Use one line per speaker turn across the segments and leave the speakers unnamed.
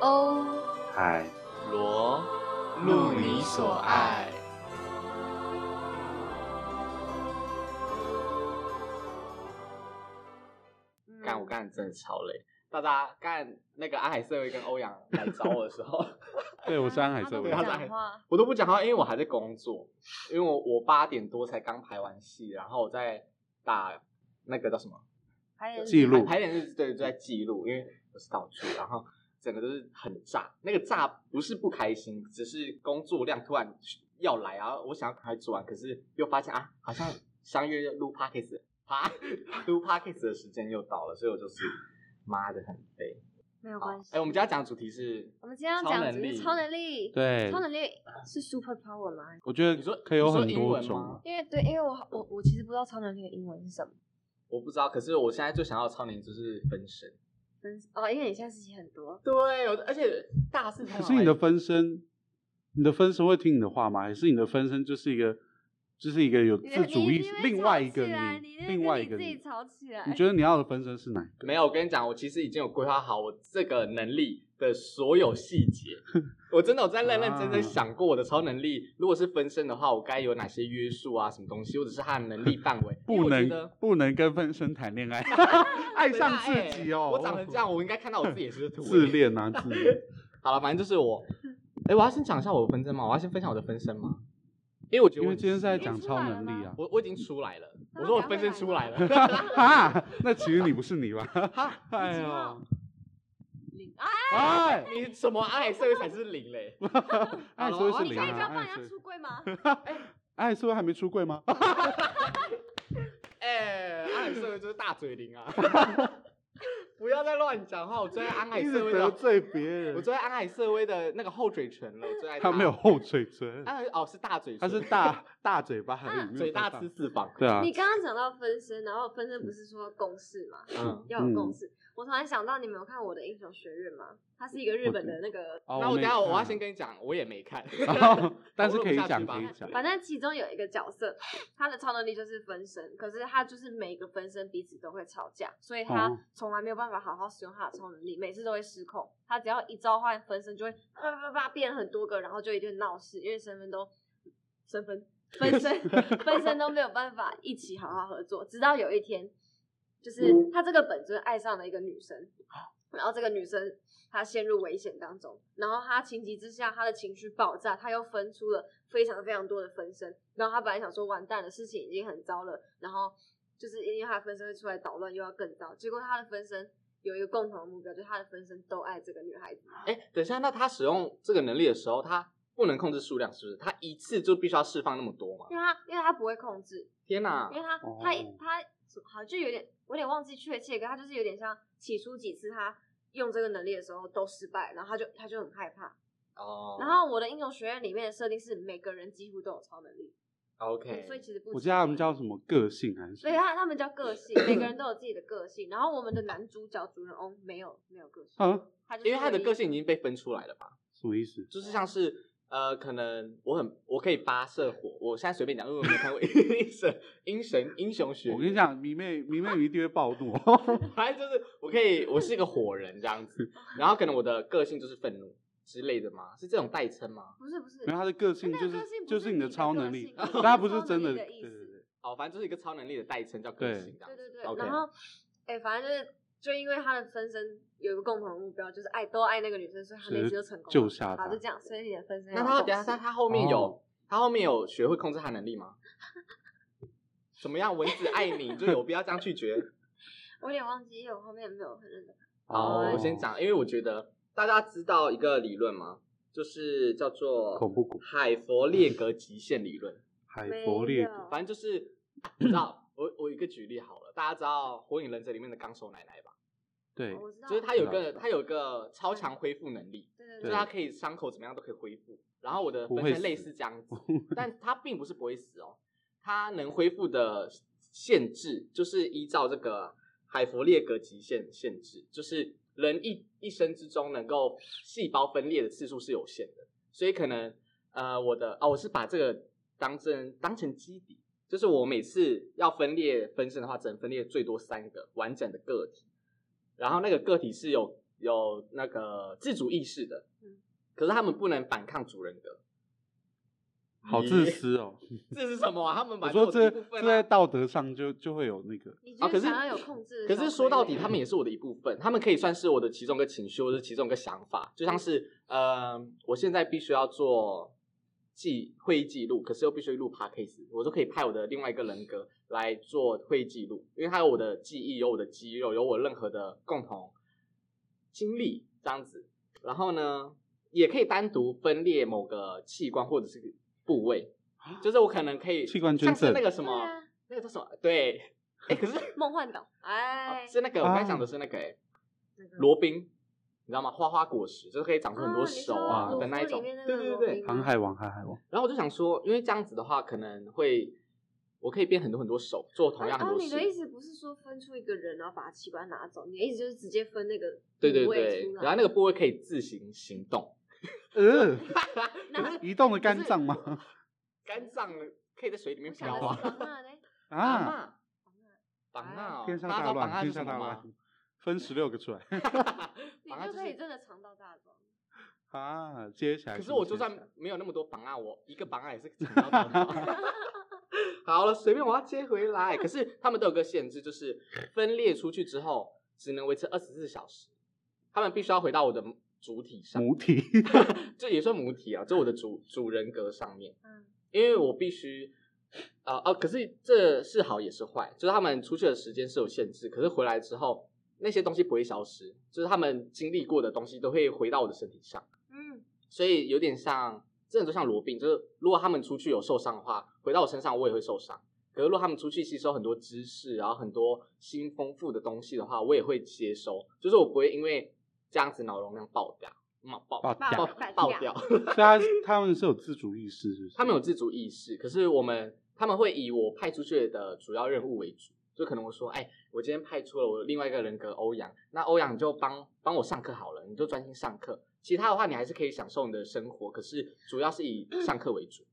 欧
海
罗
路你所爱。
嗯
干我刚才真的超累，大家干那个阿海社会跟欧阳来找我的时候，
对，我是安海社
不
会
对。他
讲话，
我都不讲话，因为我还在工作，因为我我八点多才刚排完戏，然后我在打那个叫什么
还有
记录
排练日，对，就在记录，因为我是导出，然后整个都是很炸，那个炸不是不开心，只是工作量突然要来啊，然后我想要赶快做完，可是又发现啊，好像相约录 podcast 啊， 录 podcast 的时间又到了，所以我就是妈的很累。
没有
好
关系。
哎，我们今天要讲的主题是，
我们今天要讲的
超能
是
力
超能力，，
对
超，能力是 super power 吗？
我觉得
你说
可以有
你说
很
英
多
文
种
吗。
因为对，因为我我我其实不知道超能力的英文是什么。
我不知道，可是我现在最想要的超能力就是分身。
分哦，因为你现在事情很多，
对，我而且大四
可是你的分身，你的分身会听你的话吗？还是你的分身就是一个，就是一个有
你
自主意识，另外一个
啊
你，你
另外一个
自己
你？
吵起来，
你觉得你要的分身是哪一个？
没有，我跟你讲，我其实已经有规划好我这个能力的所有细节。
嗯
我真的有在认认
啊
真真想过我的超能力，如果是分身的话，我该有哪些约束啊，什么东西，或者是它的能力范围。因 为
不
我觉
能
得
不能跟分身谈恋 爱，爱上自己哦。
哎我长成这样，我应该看到我自己也是 土
自。恋啊，自 恋。
好了，反正就是我。哎，我要先讲一下我的分身吗？我要先分享我的分身吗？因为我觉得
因
我
为今天是在讲
你出
超
来了
能力啊。
我我已经出来了，
那
我说我
赶快
分身出来了。
哈，那其实你不是你吧？
哈，
哎
几
呦
号，零啊，
哎，
你什么爱社会才是零嘞？
爱说
哦
是
哦你
零
可以不要
啊，
帮
爱
人家
说
出柜 吗？
爱说还没出柜吗？
哎、安海社会就是大嘴 灵啊！ 不要再乱讲话，我最爱安 海
一直
社会
得
的，
罪别
我
人，
最爱安海社会的那个厚嘴唇了，我最爱
他没有后嘴唇，
安海哦是大嘴唇，
他
啊
是大大嘴巴而已，没有
嘴大
办法
吃。四方，
对啊
你，刚刚讲到分身，然后分身不是说共识吗？
嗯，
要有共
嗯
识。我突然想到，你们有看我的英雄学院吗？它是一个日本的那个，
哦
那我等一下我要
没看
先跟你讲，我也 没看，
哦但是可以
我录不下
讲，
去吧
可以讲。
反正其中有一个角色，他的超能力就是分身，可是他就是每个分身彼此都会吵架，所以他
哦
从来没有办法好好使用他的超能力，每次都会失控。他只要一召唤分身，就会叭叭叭变很多个，然后就一顿闹事，因为身份都身份分身分身都没有办法一起好好合作，直到有一天，就是他这个本尊爱上了一个女生，然后这个女生她陷入危险当中，然后她情急之下，她的情绪爆炸，她又分出了非常非常多的分身，然后她本来想说完蛋了，事情已经很糟了，然后就是因为她的分身会出来捣乱，又要更糟，结果她的分身。有一个共同的目标，就是她的分身都爱这个女孩子。
哎、等一下，那他使用这个能力的时候，他不能控制数量，是不是？他一次就必须要释放那么多吗？
因为她，因为她不会控制，
天哪
因为！他
哦
他他好像就有点，我有点忘记确切，可他就是有点像起初几次他用这个能力的时候都失败，然后他就他就很害怕。
哦，
然后我的英雄学院里面的设定是每个人几乎都有超能力，
OK，
所以其实不。啊
我记得他们，叫什么个性还是什
所以
么？
他他们叫个性，每个人都有自己的个性。然后我们的男主角主人翁没有没有个性，
啊，
他就是
因为他的
唯一
个性已经被分出来了吧？
什么意思？
就是像是呃，可能我很我可以发射火，我现在随便讲，因为我没有看过 英神英神英雄学，
我跟你，讲，迷妹迷妹一定会暴怒。
反正就是我可以，我是一个火人这样 子，然后可能我的个性就是愤怒之类的吗？是这种代称吗？
不是不是
没有，他的个性
那
就
个
是
个性不
就是你
你
的
的
超
个
能
性
力，
而是
但他不
超
是
能
真
力
的。
的
对
意
对
思
对
哦，反正就是一个超能力的代称叫个性这样
对对
子。
对
OK
然后哎、反正就是就因为他的分身有一个共同的目标，就是爱都爱那个女生，所以他那次就成功了
救下
好，
她
就这样，所以你的分身
那
要
他
共
等一下
识
他他后面有、
哦
他后面有学会控制他能力吗？ 怎么样，蚊子爱你就有必要这样拒绝？
我有点忘记，因为我后面没有很认真看。
好，
哦
我先讲，因为我觉得大家知道一个理论吗？就是叫做
恐怖谷
海佛列格极限理论。
海哎佛列
没有
反正就是，你知道，我我一个举例好了，大家知道《火影忍者》里面的纲手奶奶吧？
对
哦我知道，
就是她有个
知道
她有个超强恢复能力，
对
就
对
是她可以伤口怎么样都可以恢复。然后我的
不
分
会
身类
死
似这样子，但她并不是不会死哦，她能恢复的限制就是依照这个海佛列格极限限制，就是人一一生之中能够细胞分裂的次数是有限的，所以可能呃我的哦我是把这个当成当成基底，就是我每次要分裂分身的话，只能分裂最多三个完整的个体，然后那个个体是有有那个自主意识的
嗯，
可是他们不能反抗主人格。
好自私哦！
这是什么啊？他们
我
把
说
做
这
一部
这
分
在
啊。
道德上就就会有那个，
你
啊
就
可是
想要有控制的
可
小
是说到底，
傀儡
他们也是我的一部分，他们可以算是我的其中一个情绪，或者其中一个想法，就像是呃，我现在必须要做记会议记录，可是又必须录 podcast，我就可以派我的另外一个人格来做会议记录，因为他有我的记忆，有我的肌肉，有我任何的共同经历这样子。然后呢，也可以单独分裂某个器官或者是部位，就是我可能可以
器官捐
像是
赠
那个什么、
对啊
那个叫什么？对， 哎、可是。
梦幻岛，
哦
哎，
是那个我
啊
刚才讲的是那个诶
那个
罗宾，你知道吗？花花果实就是可以长出很多手
啊
啊
你说
的那一种，
鲁夫里面那
对
个
对
罗
对
宾。啊
航海王，航海王，
然后我就想说，因为这样子的话，可能会我可以变很多很多手，做同样很
哦，
多
你的意
事。
思不是说分出一个人，然后把他器官拿走，你的意思就是直接分那个
对对
部位
对
出，来
然后那个部位可以自行行 动，
呃，
那
移动的肝脏吗？
肝脏可以在水里面
我想
漂
的是
啊。
方娜 呢，
啊，
绑 啊，
天上
大家知
大
道绑
乱，
啊是
天
什
上
么
大
吗
乱？，分十六个出来
你
绑啊
就可以
是。
真的尝到大包。
啊，接起来。
可是我就算没有那么多绑啊，我一个绑啊也是抢到的。好了，随便我要接回来。可是他们都有个限制，就是分裂出去之后只能维持二十四小时，他们必须要回到我的主体上，
母 体，
这也算母体啊，就我的主主人格上面，
嗯，
因为我必须。啊、呃、哦，可是这是好也是坏，就是他们出去的时间是有限制，可是回来之后那些东西不会消失，就是他们经历过的东西都会回到我的身体上。
嗯，
所以有点像，真的就像罗宾，就是如果他们出去有受伤的话，回到我身上我也会受伤。可是如果他们出去吸收很多知识，然后很多新丰富的东西的话，我也会接收，就是我不会因为这样子脑容量爆掉，嘛爆
爆
爆
掉
爆
掉
爆掉。
所以他他们是有自主意识，是不 是？
他们有自主意识，可是我们他们会以我派出去的主要任务为主，就可能我说，哎，我今天派出了我另外一个人格欧阳，那欧阳你就帮帮我上课好了，你就专心上课。其他的话，你还是可以享受你的生活，可是主要是以上课为主。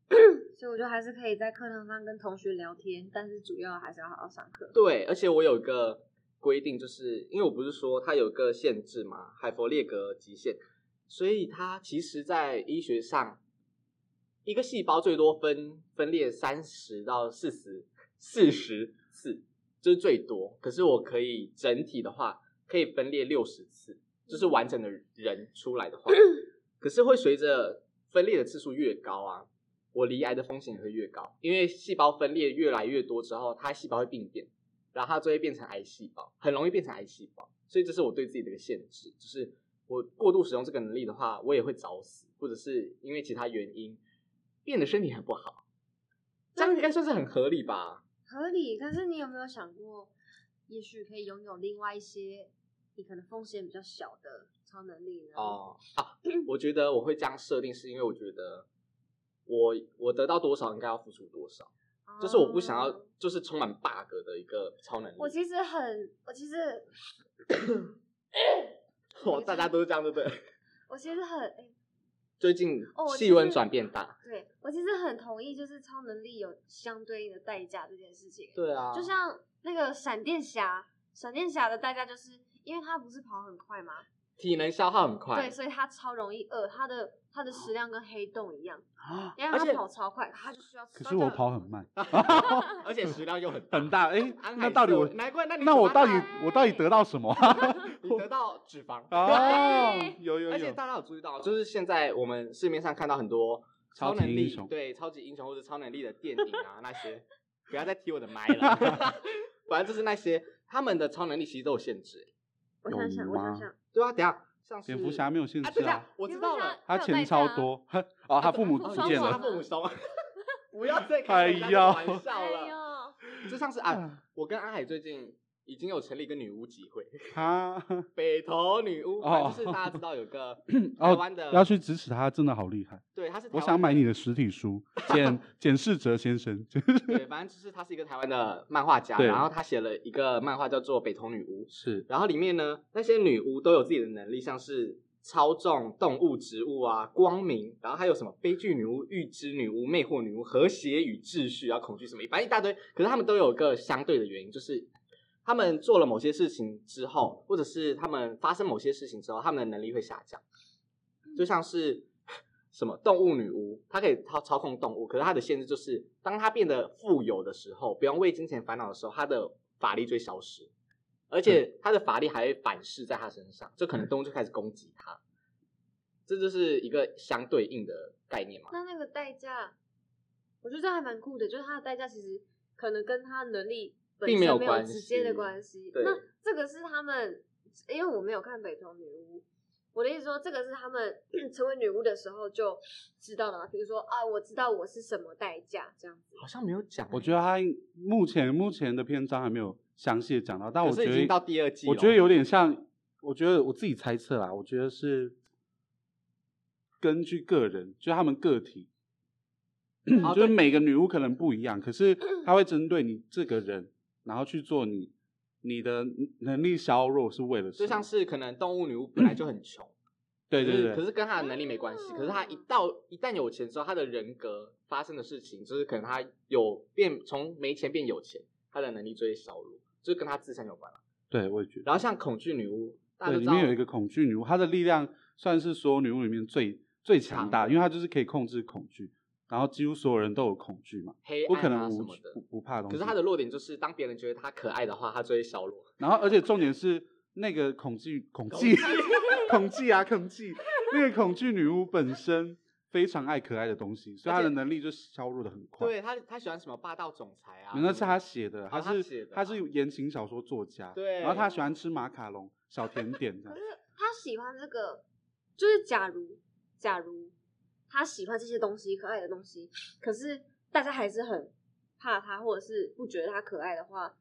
所以我就还是可以在课堂上跟同学聊天，但是主要还是要好好上课。
对，而且我有一个规定，就是因为我不是说它有一个限制嘛，海佛列格极限，所以它其实在医学上，一个细胞最多分分裂三十到四十四十次，这、是最多。可是我可以整体的话，可以分裂六十次，就是完整的人出来的 话，可是会随着分裂的次数越高啊，我离癌的风险也会越高，因为细胞分裂越来越多之后，它细胞会病变，然后它就会变成癌细胞，很容易变成癌细胞。所以这是我对自己的一个限制，就是我过度使用这个能力的话，我也会早死，或者是因为其他原因变得身体很不好。这样应该算是很合理吧？
合理，但是你有没有想过，也许可以拥有另外一些你可能风险比较小的超能力呢？，
哦啊，我觉得我会这样设定，是因为我觉得我我得到多少，应该要付出多少。
哦
就是我不想要，就是充满 bug 的一个超能力。
我其实很，我其实
哦，大家都是这样，对不对？
我其实很，哎
最近
哦我
气温转变大，
对我其实很同意，就是超能力有相对应的代价这件事情。
对啊
就像那个闪电侠，闪电侠的代价就是因为他不是跑很快吗？
体能消耗很快
对，，所以他超容易饿，他的他的食量跟黑洞一样，
啊，
因为
而
他
且
跑超快，他就需要吃。
可是我跑很慢，
而且食量又 很
很大。哎，
安
那
海
到底
秀
我
难怪那你
那我
怎
到
么
底
办
我到底得到什么？
你得到脂肪，
哦
对，
有有
而且
有，
大家有注意到，就是现在我们市面上看到很多超能
超级英
力
雄，
对超级英雄或者超能力的电影啊那些， 不要再踢我的麦了。反正就是那些他们的超能力其实都有限制，
我想想，
有
我想
吗
想，
对啊，等一下像是
蝙蝠侠没有限
啊，
制
等一
啊
下，，我
蝙
知
蝠
道
侠
了。
他钱超多， 哦，他父母
他父母
不见
双
他
亡
了
父母啊 双 亡，不要再
哎
开人家的玩笑
哎
了。
呦，
就像是啊，我跟阿海最近已经有成立一个女巫集会，
啊，
北投女巫，
哦
就是大家知道有个 台
哦
湾的，
要去支持他，真的好厉害。
对，她是台
我
湾
想买你的实体 书，简简世哲先生，
对，反正就是她是一个台湾的漫画家，
对
然后她写了一个漫画叫做《北投女巫》，
是
然后里面呢，那些女巫都有自己的能力，像是操纵动物、植物啊、光明，然后还有什么悲剧女巫、预知女巫、魅惑女巫、和谐与秩序啊、恐惧什么，反正一大堆。可是他们都有一个相对的原因，就是他们做了某些事情之后，或者是他们发生某些事情之后，他们的能力会下降。就像是什么动物女巫，她可以操操控动物，可是她的限制就是，当她变得富有的时候，不用为金钱烦恼的时候，她的法力就会消失，而且她的法力还会反噬在她身上，就可能动物就开始攻击她。这就是一个相对应的概念嘛。
那那个代价，我觉得这还蛮酷的，就是它的代价其实可能跟他能力本身
并
没
没有
有
关系
直接的关系。
对
那这个是他们，因为我没有看《北投女巫》，我的意思说，这个是他们 成为女巫的时候就知道的嘛。比如说啊，我知道我是什么代价这样子。
好像没有讲，欸
我觉得他应目前目前的篇章还没有详细的讲到，但我
可是
觉
已
得
经到第二季
我
了
觉得有点像，我觉得我自己猜测啦，我觉得是根据个人，就他们个体，
哦
就是
对
每个女巫可能不一样，可 是他会针对你这个人，然后去做你你的能力削弱是为了什
就
么？
像是可能动物女巫本来就很穷，
对
可
对
是
对，
可是跟她的能力没关系。
嗯
可是她一到一旦有钱之后，她的人格发生的事情，就是可能她有变从没钱变有钱，她的能力就会削弱，就是跟她自身有关了。啊
对我也觉得，
然后像恐惧女巫，大家
对
都
里
知道
面有一个恐惧女巫，她的力量算是所有女巫里面最最强大，
强
因为她就是可以控制恐惧，然后几乎所有人都有恐惧嘛，
黑
不可
暗
能
啊什
无
么
不
的。
不怕的东
可
西。
是她的弱点就是，当别人觉得她可爱的话，她就会削弱。
然后而且重点是那个恐惧恐惧恐惧啊恐惧，那个恐惧女巫本身非常爱可爱的东西，所以她
而且
的能力就削弱的很快。
对她，她喜欢什么霸道总裁啊？
哦那是
什么
她写的，
她
是
写的啊
她是言情小说作家，
对
然后她喜欢吃马卡龙、小甜点这
可
样
是。他喜欢这个，就是假如假如他喜欢这些东西，可爱的东西，可是大家还是很怕他，或者是不觉得他可爱的话，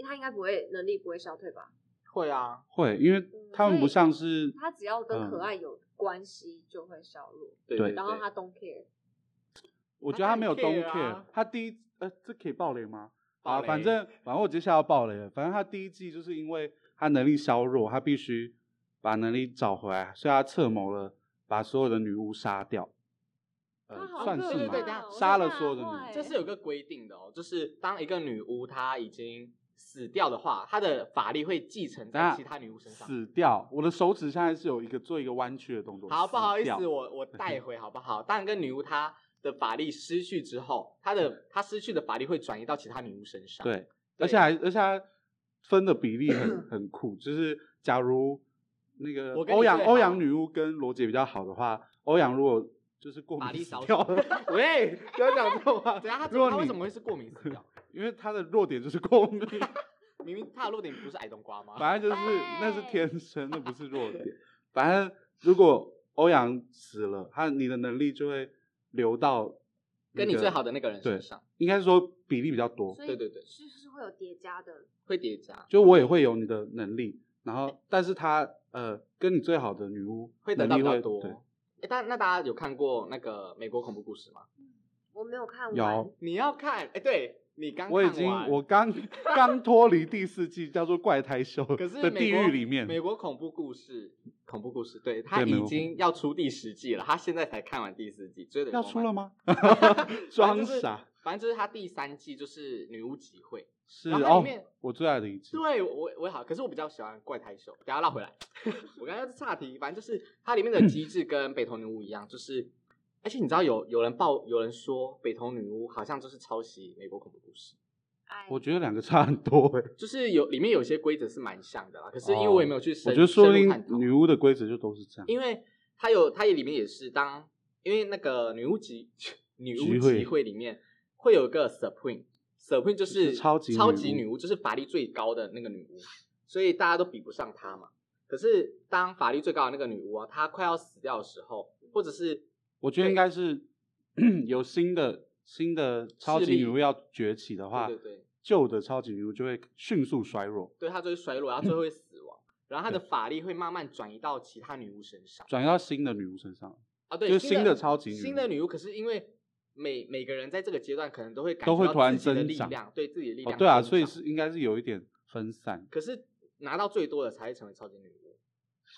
他应该不会能力不会消退吧？
会啊，
会，因为他们不像是
他只要跟可
嗯
爱有关系就会削弱，
对
对
然后他 don't care。
我觉得他没有
他很
don't
care 啊
care，他第一呃，这可以爆雷吗？
爆
啊，
雷
反正反正我接下来要爆雷了。反正他第一季就是因为他能力削弱，他必须把能力找回来，所以他策谋了把所有的女巫杀掉，呃
他，好
算
可
是
怕
对
吗
对对
哦
杀了
我
所有的
吓
女
坏
巫。
这是有个规定的哦，就是当一个女巫她已经死掉的话，她的法力会继承
等下
在其他女巫身上。
死掉，我的手指现在是有一个做一个弯曲的动作。
好，不好意
死掉
思，我我带回好不好？当一个女巫她的法力失去之后，她的她失去的法力会转移到其他女巫身上。
对，而且还而且他分的比例 很很酷，就是假如那个
我跟你
欧阳
最
欧阳
好
女巫跟罗姐比较好的话，欧阳如果就是过
法
敏
力
死
少
掉
数
了， 喂，不要讲这种话
等一。下啊她
如果
她为
你
什么会是过敏死掉？
因为他的弱点就是过敏，
明明她的弱点不是矮冬 瓜吗？
反正就是那是
哎
天生，那不是弱点。反正如果欧阳死了，他你的能力就会流到
跟
那
你
个
最好，的那个人
对
身上
应该是说比例比较多。
所以
对对对
是是会有叠加的。
会叠加，
就我也会有你的能力，然后但是他呃跟你最好的女巫
会得
能
到
力
比较
会
多
对，。
诶但那大家有看过那个美国恐怖故事吗？
我没有看完，
有
你要看，哎，对你刚
我已
看
经
完
我 刚刚脱离第四季叫做怪胎秀
可是
的
美
地
国
狱里面，
美国恐怖故事，恐怖故事，对他
对美
已
国
经要出第十季了，他现在才看完第四季，追的
要出了
吗？
吗？
反
装
正就是
傻
反正就是他第三季就是女巫集会，
是
然后它里
哦
面，
我最爱的一季，
对我我好，可是我比较喜欢怪胎秀，等一下绕回来， 我刚刚是岔题，反正就是它里面的机制跟北投女巫一样，就是。而且你知道有有人报有人说北投女巫好像就是抄袭美国恐怖故事，
哎，
我觉得两个差很多哎、
就是有里面有些规则是蛮像的啦。可是因为哦我也没有去深，
我觉得说不
深入
定
探讨
女巫的规则就都是这样，
因为它有它也里面也是当，因为那个女巫集女
集
巫
会
集会里面会有一个 supreme supreme 就
就是是超级
超
女
级
巫
女巫，就是法力最高的那个女巫，所以大家都比不上她嘛。可是当法力最高的那个女巫啊，她快要死掉的时候，或者是
我觉得应该是 有新的新的超级女巫要崛起的话，
对对对，
旧的超级女巫就会迅速衰弱，
对她就会衰落，然后最后会死亡，然后她的法力会慢慢转移到其他女巫身上。
转移到新的女巫身上。
啊，对，
就是
新
新的超级女
新
巫
的女巫，可是因为每每个人在这个阶段可能都会感
都
觉
会
到
突然
自己的
增
力
长
量，对自己的力量、
哦，对啊，所以，是应该是有一点分散。
可是拿到最多的才会成为超级女巫。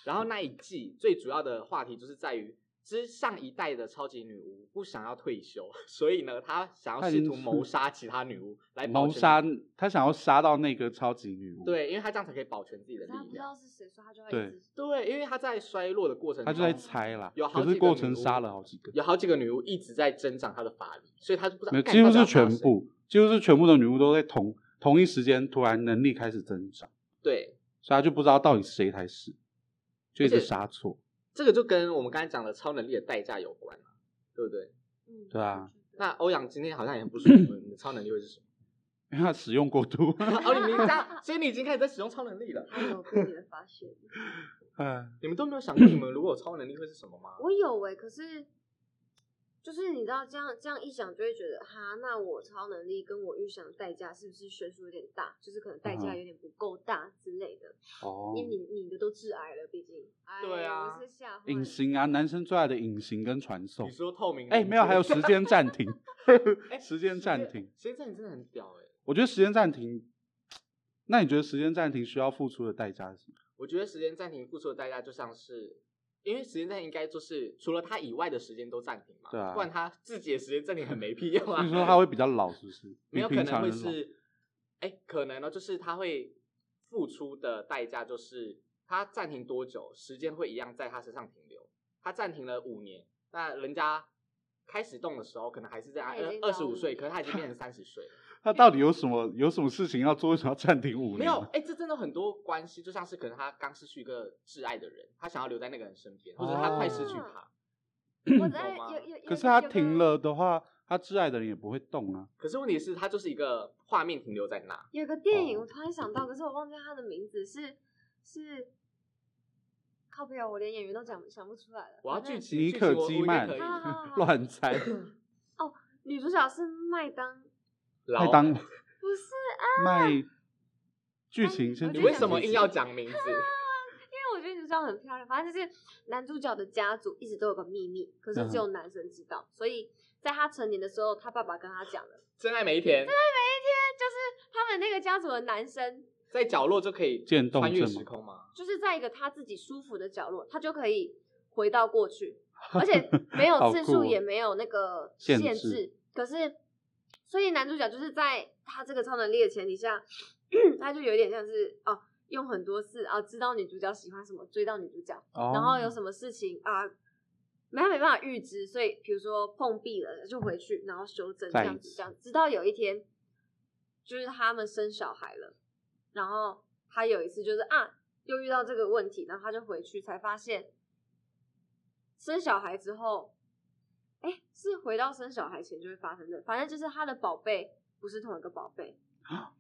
然后那一季最主要的话题就是在于之上一代的超级女巫不想要退休， 所以呢，她想要
她已
试
经
图谋
是
杀其他女巫来保
谋
全
杀，他想要杀到那个超级女巫，，
对，因为她这样才可以保全自己的
可是他
力
不知
量。
道是谁，所以他就会
对
一直
对，因为她在衰落的过程
他
中，
就在猜啦
哦有，好
可
几个
是过程
女巫
杀了好几个，
有好几个女巫一直在增长她的法力，所以她就不知道
没有，
干
几乎
到底
是
要杀
全
谁
部，几乎是全部的女巫都在同同一时间突然能力开始增长，
对。
所以他就不知道到底谁才是，就一
而
直
且
杀错，
这个就跟我们刚才讲的超能力的代价有关了，对不对？
嗯，
对啊
我觉得
那欧阳今天好像也很不舒服，你的超能力会是 什么？
因为他使用过 度，
哦，你们这样，所以你已经开始在使用超能力了。
他有被你们发现。
嗯。
你们都没有想过你们如果有超能力会是什么吗？
我有哎、可是就是你知道这样这样一想，就会觉得哈，那我超能力跟我预想的代价是不是悬殊有点大？就是可能代
嗯
价
哼
有点不够大之类的。
哦
因为你你的都致癌了，毕竟。哎
对啊
我是吓坏了。
隐形啊，男生最爱的隐形跟传送
你。说透明？
哎、没有，还有 时间暂停。
哎
时间暂停，
时间暂停真的很屌哎、
我觉得时间暂停，那你觉得时间暂停需要付出的代价是什么？
我觉得时间暂停付出的代价就像是。因为时间暂停应该就是除了他以外的时间都暂停嘛，
对啊
不然他自己的时间暂停很没必要啊。
就是说他会比较老，是不是？
没有
比
可
平
能
常
会
人老。
是，哎，可能呢，就是他会付出的代价就是他暂停多久，时间会一样在他身上停留。他暂停了五年，那人家开始动的时候，可能还是在
他已经到
二十五岁，
五
可是他已经变成三十岁了。
他到底有什么有什么事情要做，为什么要暂停五年？啊
没有，，哎，这真的很多关系，就像是可能他刚失去一个挚爱的人，他想要留在那个人身边，或者是他快失
哦
去他。
我在有有有。
可是他
有个
停了的话，他挚爱的人也不会动 啊。
可是问题是，他就是一个画面停留在那。
有个电影，
哦
我突然想到，可是我忘记它的名字，是是靠背哦，我连演员都讲想不出来了。
我要
反正
剧情，
尼
剧
可
情我
基
我应该
曼
可以
好好好好哦
乱猜，
女主角是麦当，
麦
老
当
不是啊，
麦剧情先
我
剧
就
情
你为
想
什么
剧情
硬 要 讲名字？
因为我觉得女主角很漂亮。反正就是男主角的家族一直都有个秘密，可
嗯
是只有男生知道，所以在他成年的时候，他爸爸跟他讲了，
真爱每一天。
就是他们那个家族的男生，
在角落就可以
渐冻
穿越
症
时
吗
空吗？
就是在一个他自己舒服的角落，他就可以回到过 去，而且没有
好
次
酷
数，
哦
也没有那个
限
限
制
制。可是，所以男主角就是在他这个超能力的前提下， 他就有点像是哦，用很多次啊，知道女主角喜欢什么，追到女主角，
哦
然后有什么事情啊，没他没办法预知，所以比如说碰壁了就回去，然后修正这
再
样
一
子，
次
这样子直到有一天，就是他们生小孩了，然后他有一次就是啊，又遇到这个问题，然后他就回去才发现，生小孩之后，哎、是回到生小孩前就会发生的，反正就是他的宝贝不是同一个宝贝，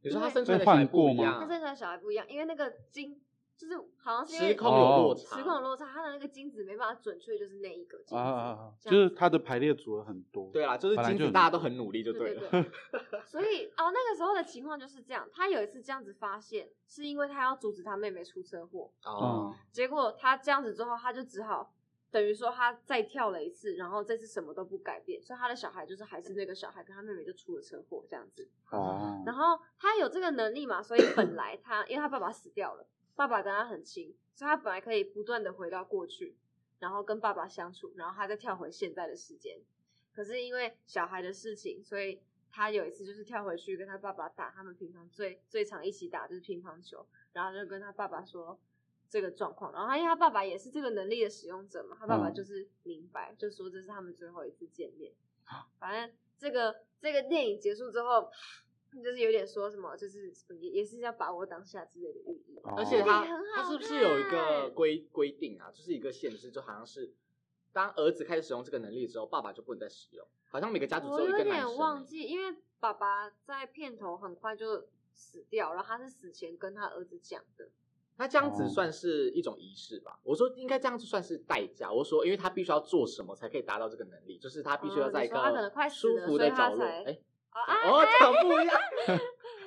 你说他
对
生出来的
被
小
换
孩不
过
一
吗
样
他生出来的小孩不一样，因为那个精就是好像是因为
时空有落
哦
差，
时空有落差，他的那个精子没办法准确就是那一个精子，
啊啊啊啊，
这
就
样
是
子
他的排列组合很多。
对啦，就是
本来
精
就
子
很
大家都很努力就
对
了。
对，所以哦，那个时候的情况就是这样。他有一次这样子发现，是因为他要阻止他妹妹出车祸，
嗯
哦，，
结果他这样子之后，他就只好等于说他再跳了一次，然后这次什么都不改变，所以他的小孩就是还是那个小孩，跟他妹妹就出了车祸这样子。
哦，
然后他有这个能力嘛，所以本来他因为他爸爸死掉了，爸爸跟他很亲，所以他本来可以不断的回到过去，然后跟爸爸相处，然后他再跳回现在的时间。可是因为小孩的事情，所以他有一次就是跳回去跟他爸爸打，他们平常最最常一起打就是乒乓球，然后他就跟他爸爸说。这个状况，然后他因为他爸爸也是这个能力的使用者嘛，他爸爸
嗯
就是明白，就说这是他们最后一次见面。反正这个这个电影结束之后，就是有点说什么，就是什么也也是要把握当下之类的寓意。
哦
而且
哦
他
这个很好
他是不是有一个
看
规规定啊？就是一个限制，就好像是当儿子开始使用这个能力之后，爸爸就不能再使用。好像每个家族
我
只有一
有
个男
点
生。
忘记，因为爸爸在片头很快就死掉，然后他是死前跟他儿子讲的。
那这样子
哦
算是一种仪式吧？我说应该这样子算是代价。我说，因为他必须要做什么才可以达到这个能力，就是他必须要
哦
在一
你说他可能
个
快死
舒
了
服
所以
的
他
角落。
才
哎，
啊啊！
哦，讲不一样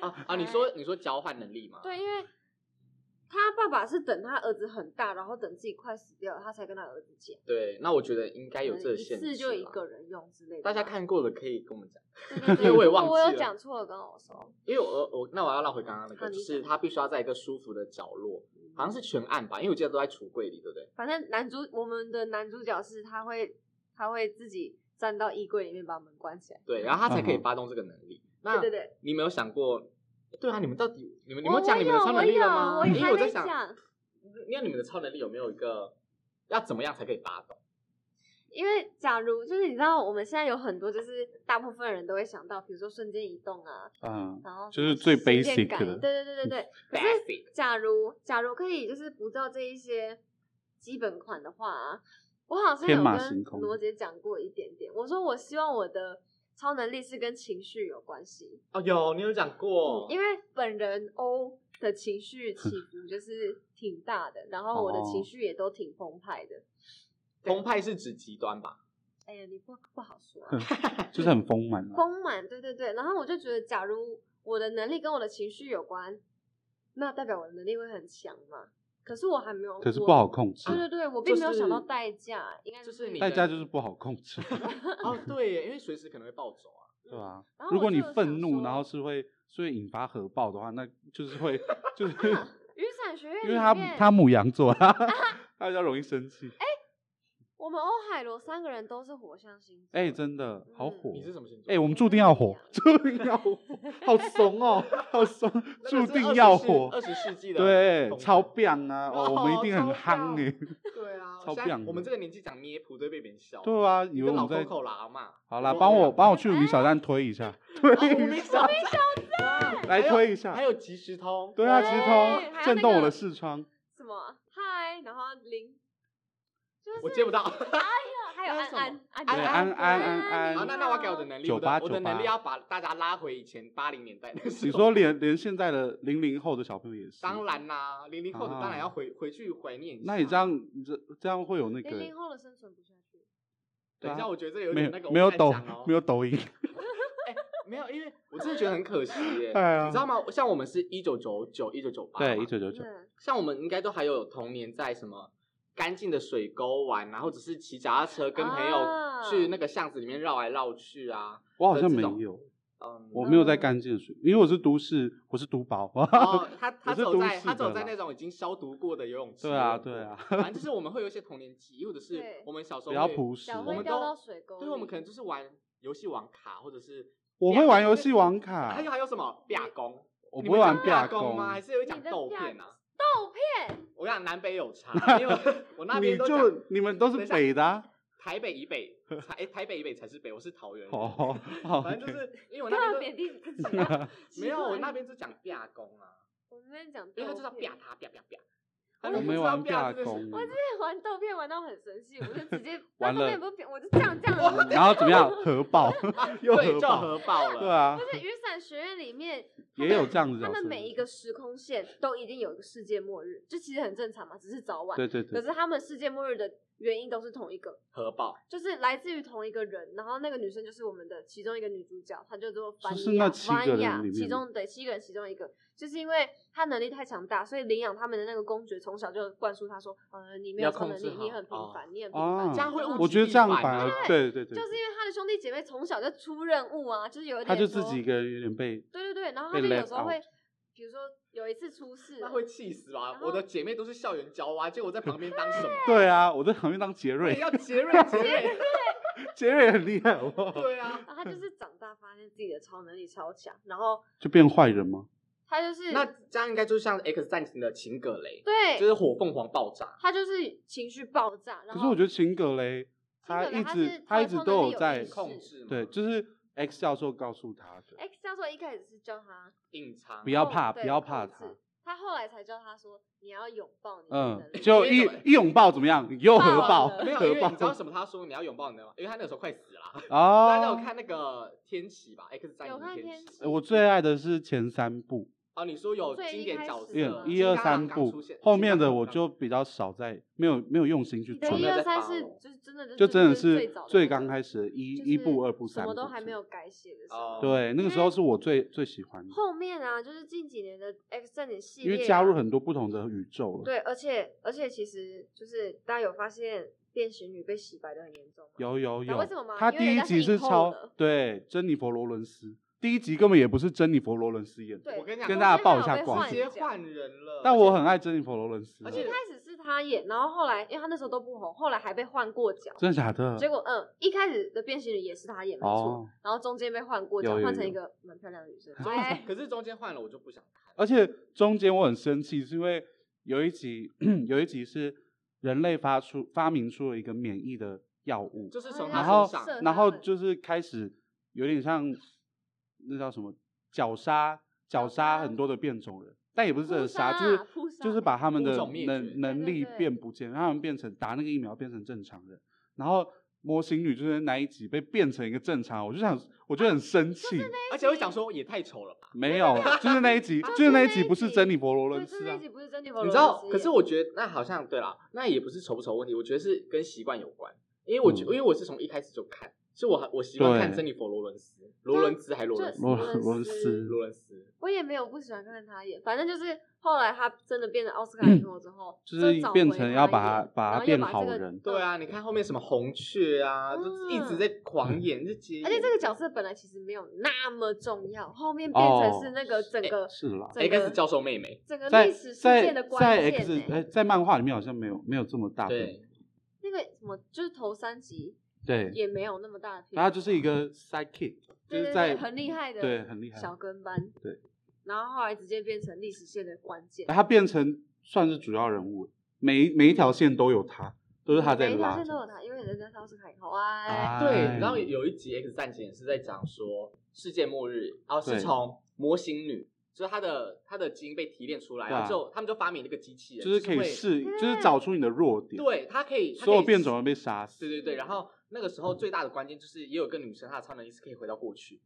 啊啊！你
哎
说你说交换能力吗？
对，因为他爸爸是等他儿子很大，然后等自己快死掉了，他才跟他儿子讲。
对，那我觉得应该有这个
一
限
次
制。
就一个，人用之类的吧。
大家看过的可以跟我们讲。
对，对对
因为我也
如果
忘记
我
了
有讲错了，跟我说。
因为我我那我要绕回刚刚那
好
个，就
你
是
讲嗯
他必须要在一个舒服的角落，好像是全暗吧，因为我记得都在橱柜里，对不对？
反正男主我们的男主角是他会他会自己站到衣柜里面把门关起来。
对，然后他才可以发动这个能力。那
对对对，
你没有想过？对啊，你们到底你们你
我
们有讲你们的超能力了吗？
我有我
因为
还
我在
没
想，
讲，
因为你们的超能力有没有一个要怎么样才可以发动？
因为假如就是你知道我们现在有很多就是大部分人都会想到，比如说瞬间移动啊，
嗯，
然后
就是最
心电
basic
感应
的
对对对对对。可是
Basic
假如假如可以就是不照这一些基本款的话、啊，我好像
天
有
马
跟
行空
罗姐讲过一点点，我说我希望我的超能力是跟情绪有关系。
哦，有你有讲过，
嗯因为本人欧的情绪起伏就是挺大 的，然后我的情绪也都挺澎湃的。
哦澎湃是指极端吧？
哎呀，你不不好说、 啊，
哎
就是很丰满啊。
丰满，对对对。然后我就觉得，假如我的能力跟我的情绪有关，那代表我的能力会很强嘛。可是我还没有，
可是
我
不好。控制
对，对对，我
就
并没有想到
是
代价，应该
就是你
代价就是不好控 制，
哦，对耶，因为随时可能会暴走啊。
对吧？
然后
如
我
果你
就
愤
想
怒，
说
然后是会是会引发核爆的话，那就 是会就是
雨伞学院
因
里
为他
面
他母羊 座，他 他比较容易生气。
我们欧海罗三个人都是火象星座。
哎、真的好
嗯
火
你！是什么星座？
哎、我们注定要火，注定要火，好怂哦，好 怂，注定要火
二。十世 纪的啊
对，
风格
超棒啊！哦，我们一定很
哦超
夯
棒
哎、
对啊，
超
现在
棒的
我们这个年纪讲咩普都会被别人笑。
对啊，以
你
为
跟
我
老
们在
Coco 啦 嘛。
好啦，
对
帮我
啊
帮我
哎
去五米小站推一下，
哦无名小站，
来
还有
推一下
还。有即时通，
对啊，
对
直
哎还有
通
那
震动我
个
的 视窗。
什么？嗨，然后零，就是
我 接不到。
哎还有安安安
对，安安安安。
好，那那我要改我的能力，我的
98
我的能力
98
要把大家拉回以前八零年代的时候。
你说连连现在的零零后的小朋友也是？
当。然啦，零零后的
啊
当然要回回去怀念一下。
那你这样，你这这样会有那个
零零后的生存不下去。
等
对
一
啊
下，我觉得这有
没
点那个
有没有抖没
有
有抖音？。
哦没有，因为我真的觉得很可惜 耶
哎呀
你知道吗？像我们是一九九九一九九八，
对，一九九九。
嗯，
像我们应该都还有童年在什么干净的水沟玩，然后只是骑脚踏车跟朋友
啊
去那个巷子里面绕来绕去啊。
我好像
这
没
种
有，
嗯，
我没有在
嗯
干净水，因为我是都市，我是都宝。
哦，他他
我是
走
都
在
市
他走
的
在
啦
那种已经消毒过的游泳池。
对啊对啊，
反正就是我们会有一些童年记忆，或者是
对
我们小时候
比较
会
朴实。哦
脚
我
会
们
掉
都
到水沟里。
对，我们可能就是玩游戏王卡，或者是
我会玩游戏王卡
还，有还有什么壁工？
啊我
哎你
不
们
会玩
讲
壁
工吗？还
弓。
是会讲
你的
豆
壁
片啊？
豆片，
我跟你讲南北有差， 因为我我那
你
边都讲
就你们都
等
是
一下
北的 啊。
台北以北， 台诶台北以北才是北，我是桃园人。
哦， 好
反正就
OK
是因为我
不
那边
要
都
贬低你自己啊。奇
没有，
怪
我那边就讲壁工啊，
我这边讲豆
因
片，
为他就是要啪他啪啪啪。他
我
就
我
不
没
知道
玩
壁
壁
这个是
弓。
我之前玩豆片玩到很生气，我就直 接
完了
那豆片不是扁我就这样这样子。
然后怎么 样？核爆又核
对，就
爆，
核爆
对
了。
啊
不，是雨伞学院里 面他
也
们
有这样子的哦
他
角
们
色
每一个时空线都一定有一个世界末日，这其实很正常嘛，只是早晚。
对对
可
对，
是他们世界末日的原因都是同一个，
核爆，
就是来自于同一个人，然后那个女生就是我们的其中一个女主角，她叫做凡
就是
雅，
那七个
凡
人
雅
里面
其
吗
中对七个人其中一个，就是因为她能力太强大，所以领养他们的那个公爵从小就灌输她说，呃，你没有
要
超能
控制
力，你
好
很平
哦
凡，你很平
哦
凡，
这
样会
然后
误
我
击
觉得
必
这样
反
反
啊
而对对对，
就是因为她的兄弟姐妹从小就出任务啊，就是有一点
他就自
说
己一个人有点被
对对对，然后她
被
就有
left
时候会
out，
比如说有一次出事
那
了，
会气死吧
然？后
我的姐妹都是校园娇娃，结果我在旁边当什么？
对啊，我在旁边当杰
对，
瑞，
要杰瑞，杰瑞，
杰瑞很厉害，好不好？
对啊。
然后她就是长大发现自己的超能力超强，然后
就变坏人吗？
她就是
那这样应该就像《X 战警》的秦葛雷，
对，
就是火凤凰爆炸。
他就是情绪爆炸。然
可
后
是我觉得秦格雷他
秦格雷
一
他
直
是
他
他
一
的
直
超能
都
力
有
有
在
意识
控制嘛
对，就是 X 教授告诉他的，
X 教授一开始是叫他
隐藏
不要
控
怕，
对
不要怕
控
他
制，他后来才叫他说你要拥抱你的
嗯
能，力。
就
因为
一
什么
一拥抱怎么样？又
爆
核
了
爆，
没有，
核
因为你知道
爆
什么？他说你要拥抱你的吗？因为他那个时候快死了啊。大家有
哦。
看那个天启吧，《X 战警》
有看
天
天启
呃我最爱的是前三部，
哦，你说有经典角色
最一开始
嗯
啊，
一二
金刚
三
狼刚
部
出现，
后面的我
金刚狼
就比较少在，没有没有用心去
你的
追
一
没有，
二
在
三
发
是
哦
就是真的就
就真的
最
是
早
最
那个
刚开始的一
就是
一部、二部、
什
三
么
部，
都还没有嗯改写的时候。
哦，
对，那个时候是我最最喜欢的，
后面啊，就是近几年的 X 战警系
因
列啊、
为加入很多不同的宇宙了。
对，而且而且其实就是大家有发现变形女被洗白的很严重吗？
有有
道
有
为什么吗，
他
因为
第
人
一
家是
集
影
是
后
超
的
对珍妮佛罗伦斯，第一集根本也不是珍妮佛·罗伦斯演的，
对，
我跟你讲
跟大家报一
中间
下
还有被
光
换
直接
角
换人了。
但我很爱珍妮佛·罗伦斯啊，
而且
一开始是他演，然后后来因为他那时候都不红，后来还被换过角。
真的假的？
结果嗯，一开始的变形女也是他演没错，
哦，
然后中间被换过角
有，有
换成
有
一个蛮漂亮的女
啊
生。
中
哎，
可是中间换了，我就不想看。
而且中间我很生气，是因为有一集 有一集是人类发出发明出了一个免疫的药物，
就是从
然
他
后
身上，
射
然后
哎他们
就是开始有点像那叫什么绞杀绞
绞
杀
杀
很多的变种人，但也不是真的
扑杀
杀，就
啊
是
扑杀
就是把他们
物
的
种灭绝
能能
对对
力
对
变不见，让他们变成打那个疫苗变成正常人，然后。模型女就是那一集被变成一个正常人，我就想，我就很
啊
生气。
而且会讲说也太丑了吧。
没有，就是那一集，
就是
就是那一
那
集，
一
不是
集
珍妮佛·
对，
罗伦
就是
斯
那
啊
一。集不是珍妮佛
你
罗
知道，
伦斯
可是
演
我觉得那好像对啦，那也不是丑不丑问题，我觉得是跟习惯有关。因为我觉，
嗯
因为我是从一开始就看，所以我很我习惯
对
看珍妮佛·罗伦斯，罗伦兹还罗伦
就
斯，
罗
伦
罗伦斯
罗伦斯。
我也没有不喜欢看他演，反正就是后来他真的变成奥斯卡影后之后，
嗯就是
找回
变成要把
他
把他
然后又
变
把这
好
个
人
对啊，你看后面什么红雀啊，
嗯
就是一直在狂演，就接演。
而且这个角色本来其实没有那么重要，后面变
哦
成是那个整个、
是啦，
整
X
个
教授妹妹，
整个
在
历史事
在
件的关
在
键、
X
欸
哎，在漫画里面好像没有没有这么大
对
的，
那个什么就是头三集
对，
也没有那么大的篇幅，
然后就是一个 sidekick，就
对
是
对
在
对很厉害的
对很厉害，
小跟班，
对，哎
然后后来直接变成历史线的关键，
他变成算是主要人物，每一每一条线都有他，都是他在
每一条
拉
线都有
着。
他，因为人家是奥斯卡影后，哎，
哎
对。然后有一集 X 战警也是在讲说世界末日，然后
对
是从模型女，就是她的她的基因被提炼出来，
对啊
然后就他们就发明了一个机器人，
就是可以
会，
试，
对
就是找出你的弱点，
对，它可以它可以
所有变种人被杀死，
对对对，然后那个时候最大的关键就是，也有一个女生，她的超能力是可以回到过去。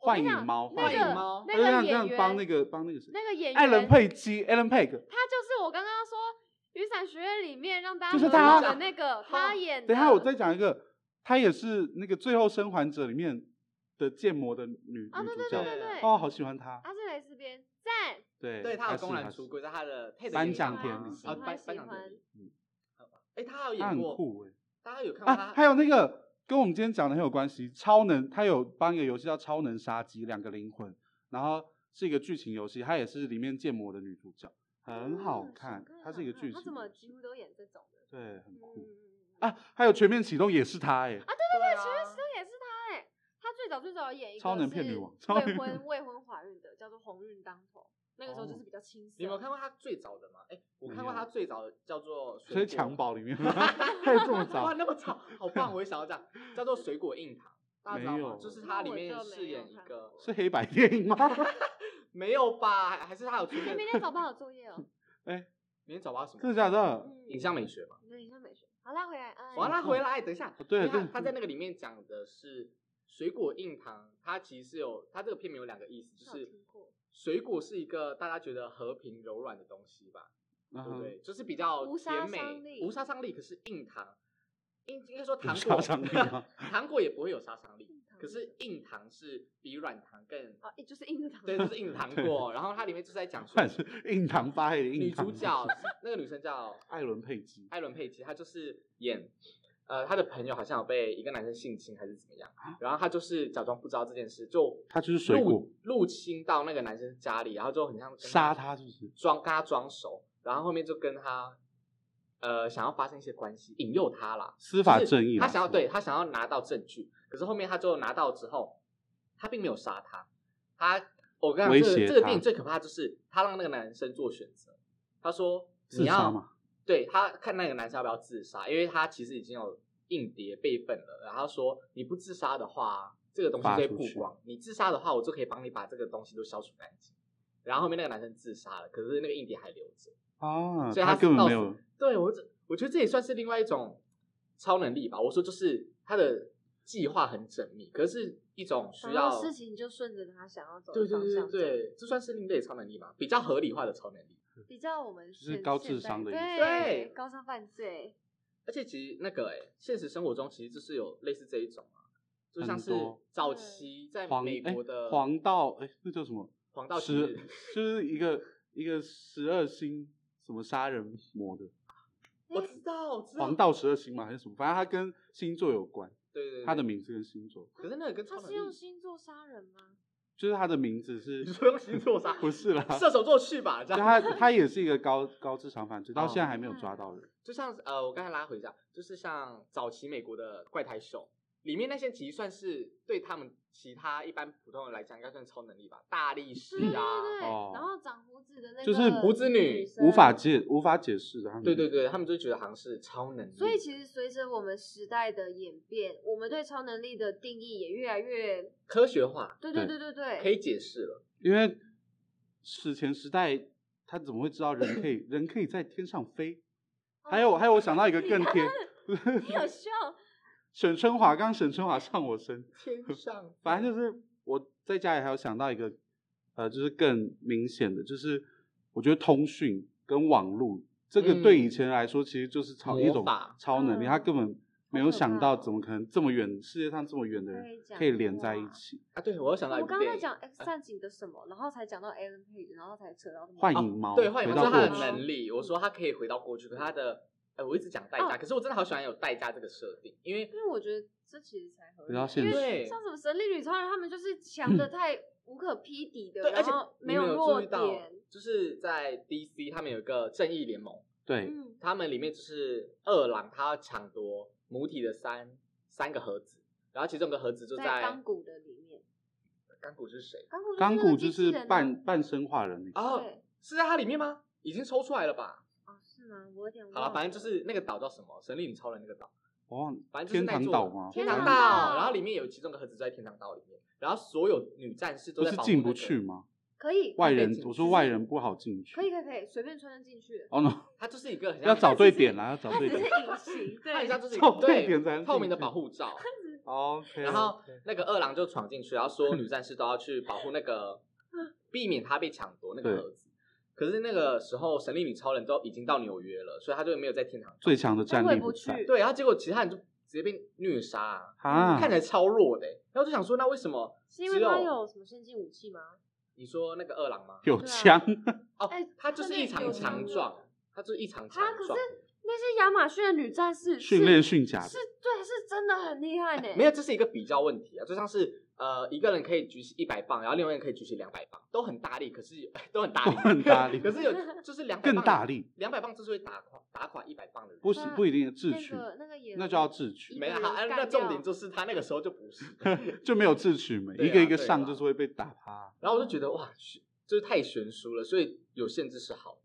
我
幻
跟你
影
讲
猫，
那
幻影
个
猫，
猫
那
他就这
个
样这样
演员
帮那个帮那个谁，
那个演员
艾伦佩基，Alan Peg，
他就是我刚刚说雨伞学院里面让大家
就是
和
他啊
好的那个，他演的。
等一下，我再讲一个，她也是那个《最后生还者》里面的建模的女、
啊，
女
对
主
对
角
对对对，
哦，好喜欢她。
他是蕾丝边，赞，
对，
对，她
她
有
是
公然
她是
出轨，在她的 TED
颁
演
奖
讲
典
啊
礼
喜
啊，
欢
颁
喜
颁奖典
欢
礼，嗯，哎，她
她
有演
很
过，
酷哎、
大家有看过她
啊，还有那个跟我们今天讲的很有关系，超能，她有帮一个游戏叫《超能杀机》，两个灵魂，然后是一个剧情游戏，她也是里面建模的女主角，很
哦
好
嗯
看，
想
她是一个
想
剧
他
情，
怎么几乎都演这种的？
对，很酷、
嗯，
啊，还有《全面启动》也是她哎、
对
全面启
啊，
动也是他哎，他最早最早演一个
超能骗女王
是
超能
未
骗女
婚未婚怀孕的，叫做红运当头，那个时候就是比较青涩。
你有没有看过她最早的吗？哎，我看过
没有
她最早的叫做水
所以
果
襁褓里面 还有这么
哇，
早，
那么早，好棒！我也想要 这样，叫做水果硬糖，大家知道
没
吗
有？
就是它里
那
面
我就
饰
没有
演一
看
个
是黑白电影吗？
没有吧？还还是她有出
哎？
现？
明
明
天早班有作业哦。
天早八什
真的
么？
假的？
嗯，
影像美学嘛。
你的影像美学。好，拉回来，哎
我要拉回来，等一下
哦。对
因为他
对
他在那个里面讲的是水果硬糖，它其实是有它这个片名有两个意思，就
好像有
是
听过
水果是一个大家觉得和平柔软的东西吧，
嗯
对不
哼
对？就是比较
无杀
甜
伤
美
力、
无杀伤力，可是硬糖，应应该说糖
无杀
果
伤力吗
糖果也不会有杀伤力
硬，糖
可是硬糖是比软糖更
啊，也就是硬糖。
对，就是硬 糖果。然后它里面就是在讲说
算 是硬糖发黑的硬
女
糖。
主角那个女生叫
艾伦佩姬，
艾伦佩奇，她就是演，呃，她的朋友好像有被一个男生性侵还是怎么样，然后她就是假装不知道这件事，就
啊她就是水果
入入侵到那个男生家里，然后就很像跟
杀她是不是？
装跟他装熟，然后后面就跟他，呃，想要发生一些关系，引诱他啦，
司法正义
就是
啦
他想要
是吧
对他想要拿到证据，可是后面他就拿到之后，他并没有杀他，他我跟你
威
讲，这
胁
个
他
这个电影最可怕的就是他让那个男生做选择，他说
自
你
杀
要
嘛
对他看那个男生要不要自杀，因为他其实已经有硬碟备份了，然后说你不自杀的话，这个东西就会
发出
曝
去
光，你自杀的话，我就可以帮你把这个东西都消除干净。然后后面那个男生自杀了，可是那个硬碟还留着。
啊，
所以
她
她
根本
到
没
时
有，
对我这，我觉得这也算是另外一种超能力吧。我说就是他的计划很缜密，可是一种需
然
要
后事情就顺着他想要走
对
的
对
方
对对
向走，
对，这算是另类超能力吧，比较合理化的超能力。
比较我们
就是
现
高
现
智
代
商的意思
对
对
高商犯罪，
而且其实那个哎、现实生活中其实就是有类似这一种啊，就像是
很多
早期在
黄
美
哎
国的
黄道哎，那叫什么？
黄道吉
十
日，
就是一个一个十二星什么杀人魔的
我知道，我知道啊
黄道十二星嘛还是什么？反正它跟星座有关。
对对对，
他的名字跟星座，
可是那个跟超
他
能
是
力
用星座杀人吗？
就是他的名字是
你说用星座杀啊
不是啦，
射手座去吧，这
就
样
他他也是一个高高智商犯罪，到
哦
现在还没有抓到人。
就像是呃，我刚才拉回一下，就是像早期美国的怪胎手里面那些，其实算是对他们其他一般普通人来讲，应该算超能力吧，大力士
对对
啊，
对，
哦
然后长胡子的那个
就是
胡子女
生
无法解无法解释的，他们
对对对，他们就觉得好像是超能力，
所以其实随着我们时代的演变，我们对超能力的定义也越来越……
科学化
对对
对
对对对，
可以解释了，
因为史前时代，他怎么会知道人可 以人可以在天上飞？
哦
还有还有，我想到一个更天，
你有笑，
沈春华，刚刚沈春华上我身，
天上
反正就是我在家里还有想到一个，呃，就是更明显的，就是我觉得通讯跟网络这个对以前来说，其实就是超、
嗯魔
一种
法
超能力，
嗯
他根本没有想
好可
哦
到
怕
怎么可能这么远，世界上这么远的
可以
人
讲
可以连在
话
一起。
啊，对 我又想到一
我
部
刚刚
电
在
影，啊
讲 X 战警的什么，然后才讲到 Alan Page，然后才扯到
幻
哦
影猫，
对，幻影
回
猫
到
是他
过
的
去
能力。我说他可以回到过去，可是他的，哎、我一直讲代价，
哦
可是我真的好喜欢有代价这个设定，因为
因为我觉得这其实才合
比较
理，啊
现
因
实。
为
对
像什么神力女超人，他们就是强的太无可匹敌的，
嗯对，而
然
且
后
你
有
有
弱
注意到
点，，
就是在 DC 他们有一个正义联盟，
对，
嗯，
他们里面就是二郎他要抢夺母体的三三个盒子，然后其中一个盒子就
在
在
钢骨的里面，
钢骨是谁？
钢骨
钢骨
骨
就是半半生化人那个，
哦，是在它里面吗？已经抽出来了吧？
哦是吗？我有点
好
忘
了，
了，
反正就是那个岛叫什么？神力女超人那个岛。
我忘了
反正就
天
是那
堂
座
岛吗？
天
堂
堂
岛
岛，然后里面有其中一个盒子就在天堂岛里面，然后所有女战士都
不
在
是
保护
进
那
不
个
去，吗？
可以
外
可以
人
进，
我
去
说外人不好进去。
可以可以可以，随便穿得进去。
哦 no，
它就是一个很像
要找对点啊
了，
啦，要找
它
对
只是
点。
隐形，
它很
对，
像就是一
找
个
对点才能
对透
进
明的
去
保护罩，
OK，
然后那个二郎就闯进去，然后所有女战士都要去保护那个，避免她被抢夺那个盒子。可是那个时候，神力女超人都已经到纽约了，所以她就没有在天堂。
最强的战
回
力
不
不在
去
对，然后结果其他人就直接被虐杀、啊，
啊
看起来超弱的欸、然后就想说，那为什么
是因为他
只有
有什么先进武器吗？
你说那个二郎吗？
有
对啊
枪，
哦
哎，
他就是一场
有
强
有
壮，他就是一场强
他可
壮
是。那些亚马逊的女战士是
训练训甲的哎
是，对，是真的很厉害呢。
没有，这是一个比较问题啊，就像是呃，一个人可以举起一百磅，然后另外一个人可以举起两百磅，都很大力，可是 都很大力，
都很大力
可是有就是两
更大，力，
两百磅就是会打垮打垮一百磅的人。
不行不一定智
那
取，
个那个也
那就要智取，
没
一
了，
个人
好，哎
干
那重
掉
点就是他那个时候就 不是。
就没有智取没，
对
一
啊
个一个
对
上
啦
就是会被打趴。
然后我就觉得哇，悬就是太悬殊了，所以有限制是好的。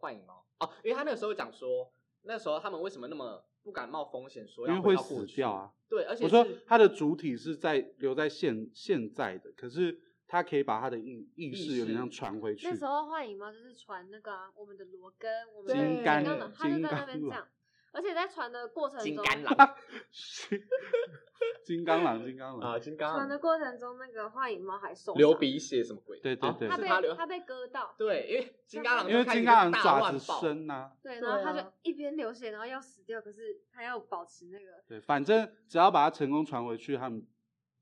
幻影猫哦，因为他那个时候讲说，那时候他们为什么那么不敢冒风险，说
因
要
为
回
会
到过
死
去
掉。啊！
对，而且
我说
是
它的主体是在留在现现在的，可是它可以把它的意意
意
识有点
识
像传回去。
那时候幻影猫就是传那个啊我们的罗根，我们的
金
金
刚
刚狼，他就
金
在那
刚
边
狼
讲，而且在传的过程
金
中，
刚狼
金刚狼，金刚狼，
啊，金刚
传
狼
的过程中，那个幻影猫还受
流
伤，
鼻血什么鬼？
对对
啊
对
他
是
被
他流
他被割到，
对，因为金刚狼
因为
就开始
金刚
一
狼
个
爪
大
子
乱爆，
深呐、啊。
对，
对
然后他就
啊
一边流血，然后要死掉，可是他要保持那个
对，反正只要把它成功传回去，他们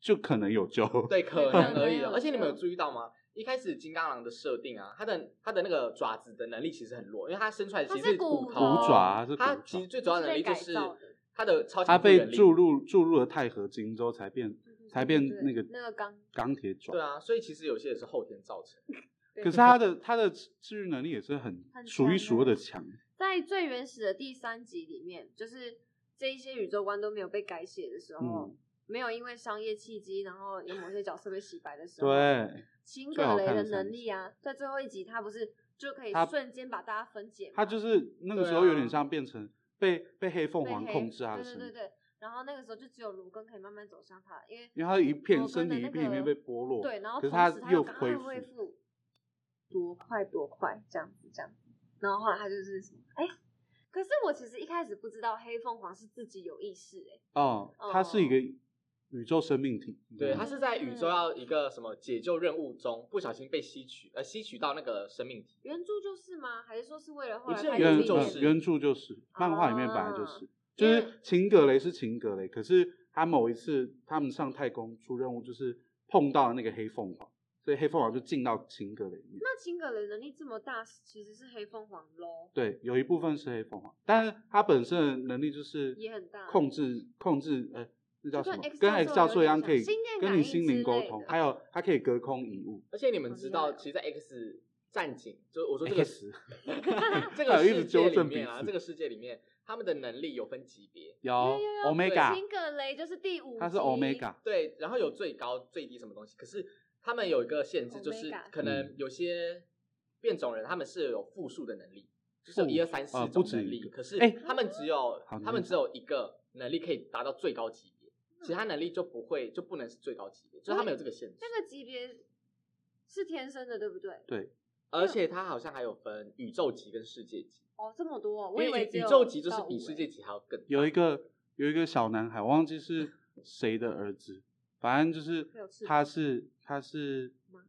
就可能有救。
对，可
可
能
能
而已
有
了。而且你们有
救
注意到吗？一开始金刚狼的设定啊，它的它的那个爪子的能力其实很弱，因为它伸出来其
它
实
是
骨
骨
骨
头，
头
爪啊是骨
它
爪，
其实最主要的能力就
它是被
是
改造的
它的超
它
强复
被
原力。
注入注入了钛合金之后才变才变
对
那个
那个钢，
钢铁爪
对。啊，所以其实有些也是后天造成的。
对
可是它的它的治愈能力也是很
很
数一
强
数二
的
的强，
在最原始的第三集里面，就是这一些宇宙观都没有被改写的时候，
嗯
没有因为商业契机，然后有某些角色被洗白的时候，，
对，
秦
最好
葛雷
看
的
的三
能力啊，在最后一集他不是就可以
他
瞬间把大家分解吗，
它就是那个
对
时候有点
啊
像变成被被黑凤
被
凰
黑
控制它的
对
身
对对
体，
对。然后那个时候就只有卢根可以慢慢走向他，因为
因为它一片
罗根
身
的
体一
那
片一片
个
被剥落，
对，然后
可是
同
它
时他
又
赶快
恢
恢
复，
复，多快多快，这样子这样子。然后后来他就是什么，哎、可是我其实一开始不知道黑凤凰是自己有意识、哎，
哦，它是一
哦
个宇宙生命体，
对，
嗯
它是在宇
嗯
宙要一个什么解救任务中不小心被吸取，呃，吸取到那个生命体。
原著就是吗？还是说是为了后
我
来
记得
拍
原
电
原
影
著
呃
是
原著就是漫画里面本来就
啊
是，就
因为
是秦格雷是秦格雷，可是他某一次他们上太空出任务，就是碰到了那个黑凤凰，所以黑凤凰就进到秦格雷里面。
那秦可雷能力这么大，其实是黑凤凰喽，
对，有一部分是黑凤凰，但是它本身的能力就是
也很大
控制控制呃那叫
就
什
跟
么
X？
跟
教
X
授
教
有
授
点
一样，
像
可以
心电
跟
感
你
应
心灵
之
沟
类
通，
的
还有它可以隔空移物。
而且你们
好
知
厉
道，
害哦
其实在 X 战警，就是我说这个
X
这
还有
个
一直
世
纠
界里
正彼
面啊，
此
这个世界里面，他们的能力有分级别，
有
有有有
哦 Omega，
辛格雷就是第五集，
它是 Omega，
对，然后有最高、最低什么东西。可是他们有一个限制，就是
Omega
可
嗯
能有些变种人他们是有复数的能力，就是有
复
一二三四
呃不
种
止
能
一
力。
个
可是
哎
他们只有
好
他
难
们只有一个能力可以达到最高级别，
嗯
其他能力就不会就不能是最高级别，就是他们有这个限制。
那个级别是天生的，对不对？
而且它好像还有分宇宙级跟世界级，
哦，这么多哦，我以
因为
为
宇
只
宇
有
宙级就是
到
比
五
世
欸
界级还要更大
有一个有一个小男孩，我忘记是谁的儿子，反正就是
有翅膀
他是他是
吗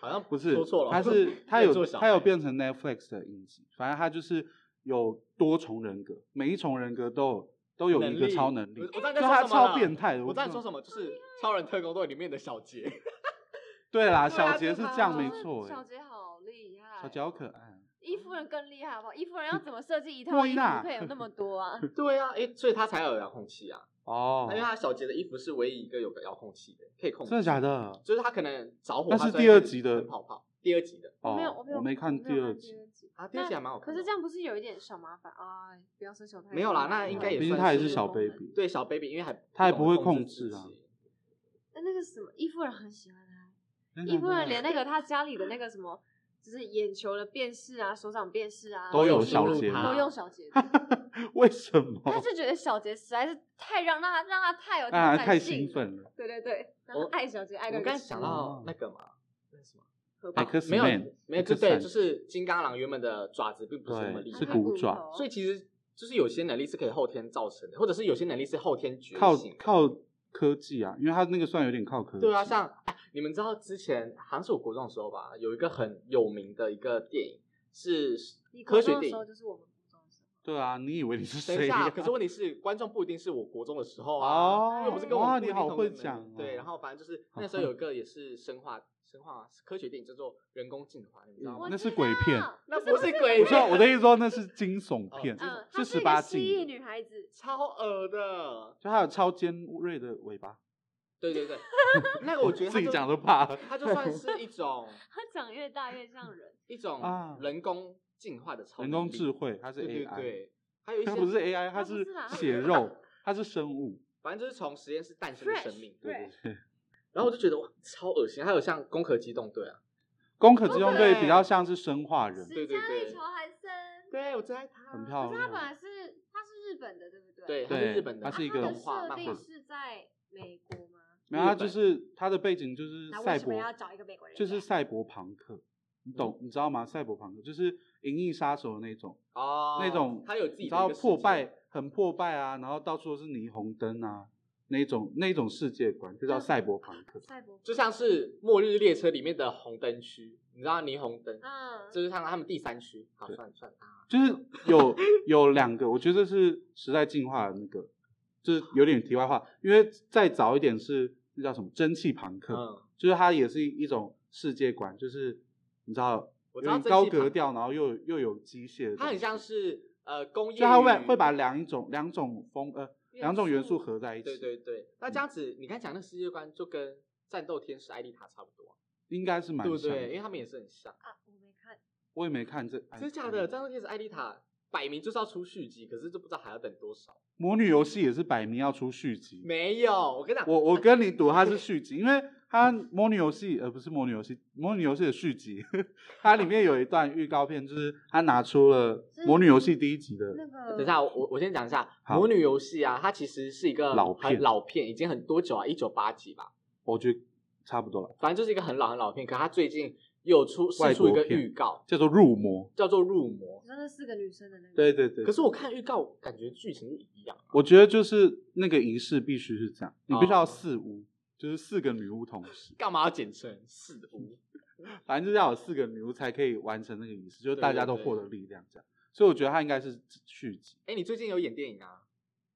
好像
不是
说错了，
他是 他
在
有
做小
他有
孩
变成 Netflix 的影集，反正他就是有多重人格，每一重人格都有都有一个超能力，
我我
就
知道你在说
他
什么了
超变态的。
我知道你说
么？
什么，就是《超人特工队》里面的小杰，
对啦，
对啊
小杰
对
是
吧
这样
真
没
的
错
小
哎，
杰好厉害，
小杰好可爱。
伊夫人更厉害好不好？伊夫人要怎么设计一
莫
套
伊
衣服
娜
可以有那么多啊？
对啊，诶，所以他才有遥控器啊，
哦
因，为他小杰的衣服是唯一一个有个遥控器的，可以控制。
真的假？的？
就是他可能着火，
那
他
是
虽然
第二
会
集的
喷泡泡，第二集的
我没有，
哦
没有，
我
我
没看
没有
第二集
集。
啊，第二集还蛮好看
可
的。
是这样不是有一点小麻烦啊？哎不要生小太多。
没有啦那应该也
嗯毕竟
算
他也是
是
小
功能
baby。
对小 baby，因为还
他还不会
懂得
控
制
制啊
自己
那那个什么，伊夫人很喜欢他。
真的
伊夫
真的
人连那个他家里的那个什么，就是眼球的辨识啊，手掌辨识啊，
都有
荧幕
小杰
都用小杰。
为什么？
他就觉得小杰实在是太让让他让他太有
啊，
挑战
太
性
兴。奋了。
对对对，然
我
后爱小杰爱
我
到
们
一个
刚才
痴
讲
哦
到那个嘛，那是什么？
何
哎
况
啊
可是
没有
man，
没有，就
X
对，
man
就是金刚狼原本的爪子并不是那么
对，
厉害，
是
它
骨
骨
爪，
头
所以其实就是有些能力是可以后天造成的，或者是有些能力是后天觉
靠
醒的。
靠科技啊，因为它那个算有点靠科技。
对啊，像哎，你们知道之前好像是我国中的时候吧，有一个很有名的一个电影是
你
科
国
学
中的
电
时候
影。
就是我们国中的时候，
对啊，你以为你是
等一
谁
下，
啊？
可是问题是观众不一定是我国中的时候啊，
哦，
因为我不是跟我
哇，
们不一
你
定
好
同
会
年
讲哦。
对，然后反正就是
好
那时候有一个也是生化生化科学电影叫做《人工进化》，你们知
嗯
道吗
我？
那
知
是鬼片
道
那不是鬼
我知道
片，
我的意思说那是惊悚片
哦，
嗯，她
是
是
十
一
八
个蜥蜴
禁的，
女孩子，
超恶的。
就它有超尖锐的尾巴，
对对对，那个我觉得
自己讲
的
都怕了。
它就算是一种
她长越大越像人。
一种
啊
人工进化的超
人
能
工
力
智慧，它是
对对
AI，
对，还有一些
它不是 AI，
它
它
不是啦它
血 肉，它是生物。
反正就是从实验室诞生的生命。
Fresh，对
对，
然后我就觉得哇，超恶心。还有像《攻壳机动队》啊，
攻壳机动队
对
比较像是生化人，
史
对对
嘉丽·
对
乔韩森，
对我最爱他
很漂
可是她本
亮。
来是她是日本的，对不对？
对，
啊
他是
对
日本的，
它
她
是一个
的
动画
设
漫
定
画。
是在美国吗？
然后它
日
就
本
是它的背景就是
那
赛
为什
博
么要找一个美国人演？
就是赛博朋克，你懂、你知道吗？赛博朋克就是《银翼杀手》的那种，
哦，
那种
他有自
你
己
知
的一
道
个世
破
界
败，很破败啊，然后到处都是霓虹灯啊，那种那种世界观就叫
嗯
赛博朋克。
赛博，
就像是《末日列车》里面的红灯区，你知道霓虹灯，
嗯，
就是像他们第三区。好，
对
算了算了，
就是有有两个，我觉得是时代进化的那个，就是有点题外话，因为再早一点是那叫什么蒸汽朋克，
嗯，
就是它也是一种世界观，就是你知道
我
有
知道
点
蒸
高
汽朋
格调，然后又有又有机械的东西，
它很像是呃工业，
就它会会把两种两种风呃两种元素合在一起，
对对对，那这样子，你刚才讲那个世界观就跟《战斗天使艾丽塔》差不多，啊
应该是蛮
对不
像的。
对？因为他们也是很像。
啊，我没看，
我也没看这，哎
真假的，《战斗天使艾丽塔》摆明就是要出续集，可是就不知道还要等多少。
魔女游戏也是摆明要出续集。
没有，我跟你讲，
我我跟你赌它是续集，因为它魔女游戏呃不是魔女游戏，魔女游戏的续集， 它里面有一段预告片，就是它拿出了
是
魔女游戏第一集的
那个
等一下，我我先讲一下《
好
魔女游戏》啊，它其实是一个
老片
很老片，已经很多久啊，一九八几吧，
我觉得差不多了，
反正就是一个很老很老片。可它最近又出
外
试出一
国
个
片
预告，
叫做入魔。
叫做《入魔
你》。说那四个女生的那个，
对对对，
可是我看预告，感觉剧情一样啊。
我觉得就是那个仪式必须是这样，你必须要
哦
四巫，就是四个女巫同时，
干嘛要简称四五？
反正就是要有四个女巫才可以完成那个仪式，就是大
对对
家都
对
获得力量这样。所以我觉得它应该是续集。
哎，你最近有演电影啊？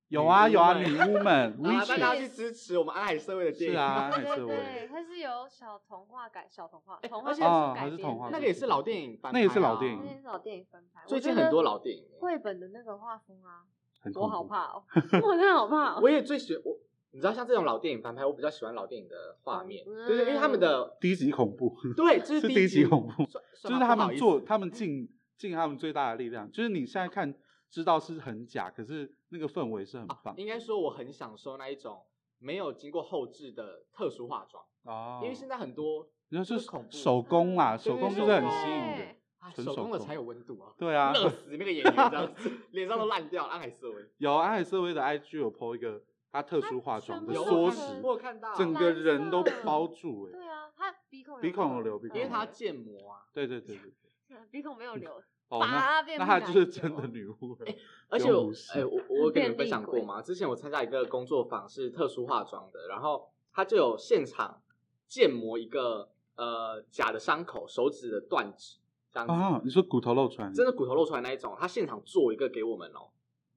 有啊
女
有啊，
巫们
女巫 们 w
啊，
是
大
i
家去支持我们安海社会的电
是
影。
啊，还
对
是
对，
我，
它是由小童话改小童话，童
哎而
话
且
啊
书改
还是
编
童话
的
书
那个也是老电影翻拍啊，
那也是老电
那
影
些老电影翻拍，
最近
我觉得
很多老电影欸
绘本的那个画风啊，
很 恐
我好
怖。
怕哦，我真的好怕哦，
我也最喜我你知道像这种老电影翻拍，我比较喜欢老电影的画面，
嗯
对对，因为他们 的
第一集恐怖，
对，就是
是
第
第
一
一
集
集恐怖，
算
就
算
是
吧
他
不好
们
意
做，
思嗯
他们尽尽他们最大的力量。就是你现在看知道是很假，可是那个氛围是很棒
应该说我很享受那一种没有经过后置的特殊化妆，
哦
因为现在很多
你说
就是是恐怖
手工啦，
嗯
手工
对
就是很吸引
对
人。
啊
纯
手
手
工的
工
才有温度啊，
对啊，
热死那个演员这样子，脸上都烂掉，安海瑟薇
有安海瑟薇的 IG 有 po 一个她特殊化妆的
有
缩
我
她
时
看，我有看到，
整
因
个人都
蓝色
包住哎、
对啊，他鼻孔
鼻
没有
孔有流鼻孔
为她
有
要建模啊，
对对对对，
嗯 鼻孔没有流，
哦，
把
那
她变
那
不
她
敢
就是
流
真的女巫了。
而且我
无视
哎、我我有跟你
变
们分享
厉
过
鬼
吗？之前我参加一个工作坊是特殊化妆的，然后他就有现场建模一个呃假的伤口，手指的断指这样子，
啊，你说骨头露出来，
真的骨头露出来那一种，他现场做一个给我们哦，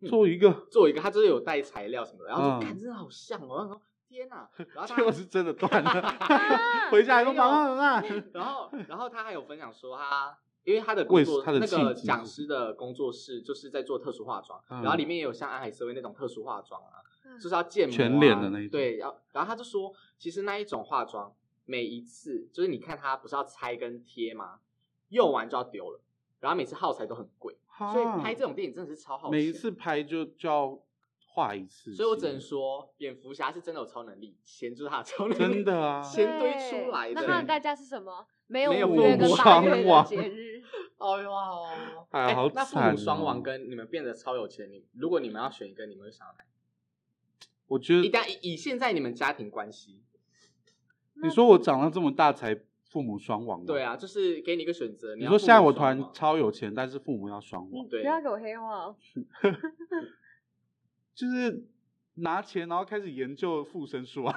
做一个，
做一个，他就是有带材料什么的，然
嗯
后说看、真的好像哦，然后说天 哪、然后
结果
他
是真的断 了，
啊
回家还说
没有
妈妈妈妈，
然后然后他还有分享说他。因为他的
为
工作，
他的
那
契
个
机是
讲师的工作室就是在做特殊化妆，
嗯
然后里面也有像安海瑟薇那种特殊化妆啊，
嗯
就是要建模、啊、
全脸的那一种
对，然后然后他就说，其实那一种化妆，每一次就是你看他不是要拆跟贴吗？用完就要丢了，然后每次耗材都很贵，
哦
所以拍这种电影真的是超耗钱。
每一次，拍就就要画一次，
所以我只能，说，蝙蝠侠是真的有超能力，钱就是他的超能
真
力，
的啊，
先堆出来的
那它的代价是什么？没
没有
有五
父
月
母
跟八
双
月的
亡
节 日，
哎呦，
哎好
那父
惨
母
哦
双亡跟你们变得超有钱，你如果你们要选一个，你们会想要哪一
我觉
个？
得
一旦以以现在你们家庭关系，
你说我长到这么大才父母双亡，
对
啊，
啊，就是给你一个选择。
你
要
说
父
现在
母
我突
双
然
亡嗯
超有钱，但是父母要双亡
你，
对
不要给我黑化 哦。
就是拿钱然后开始研究附身 术啊，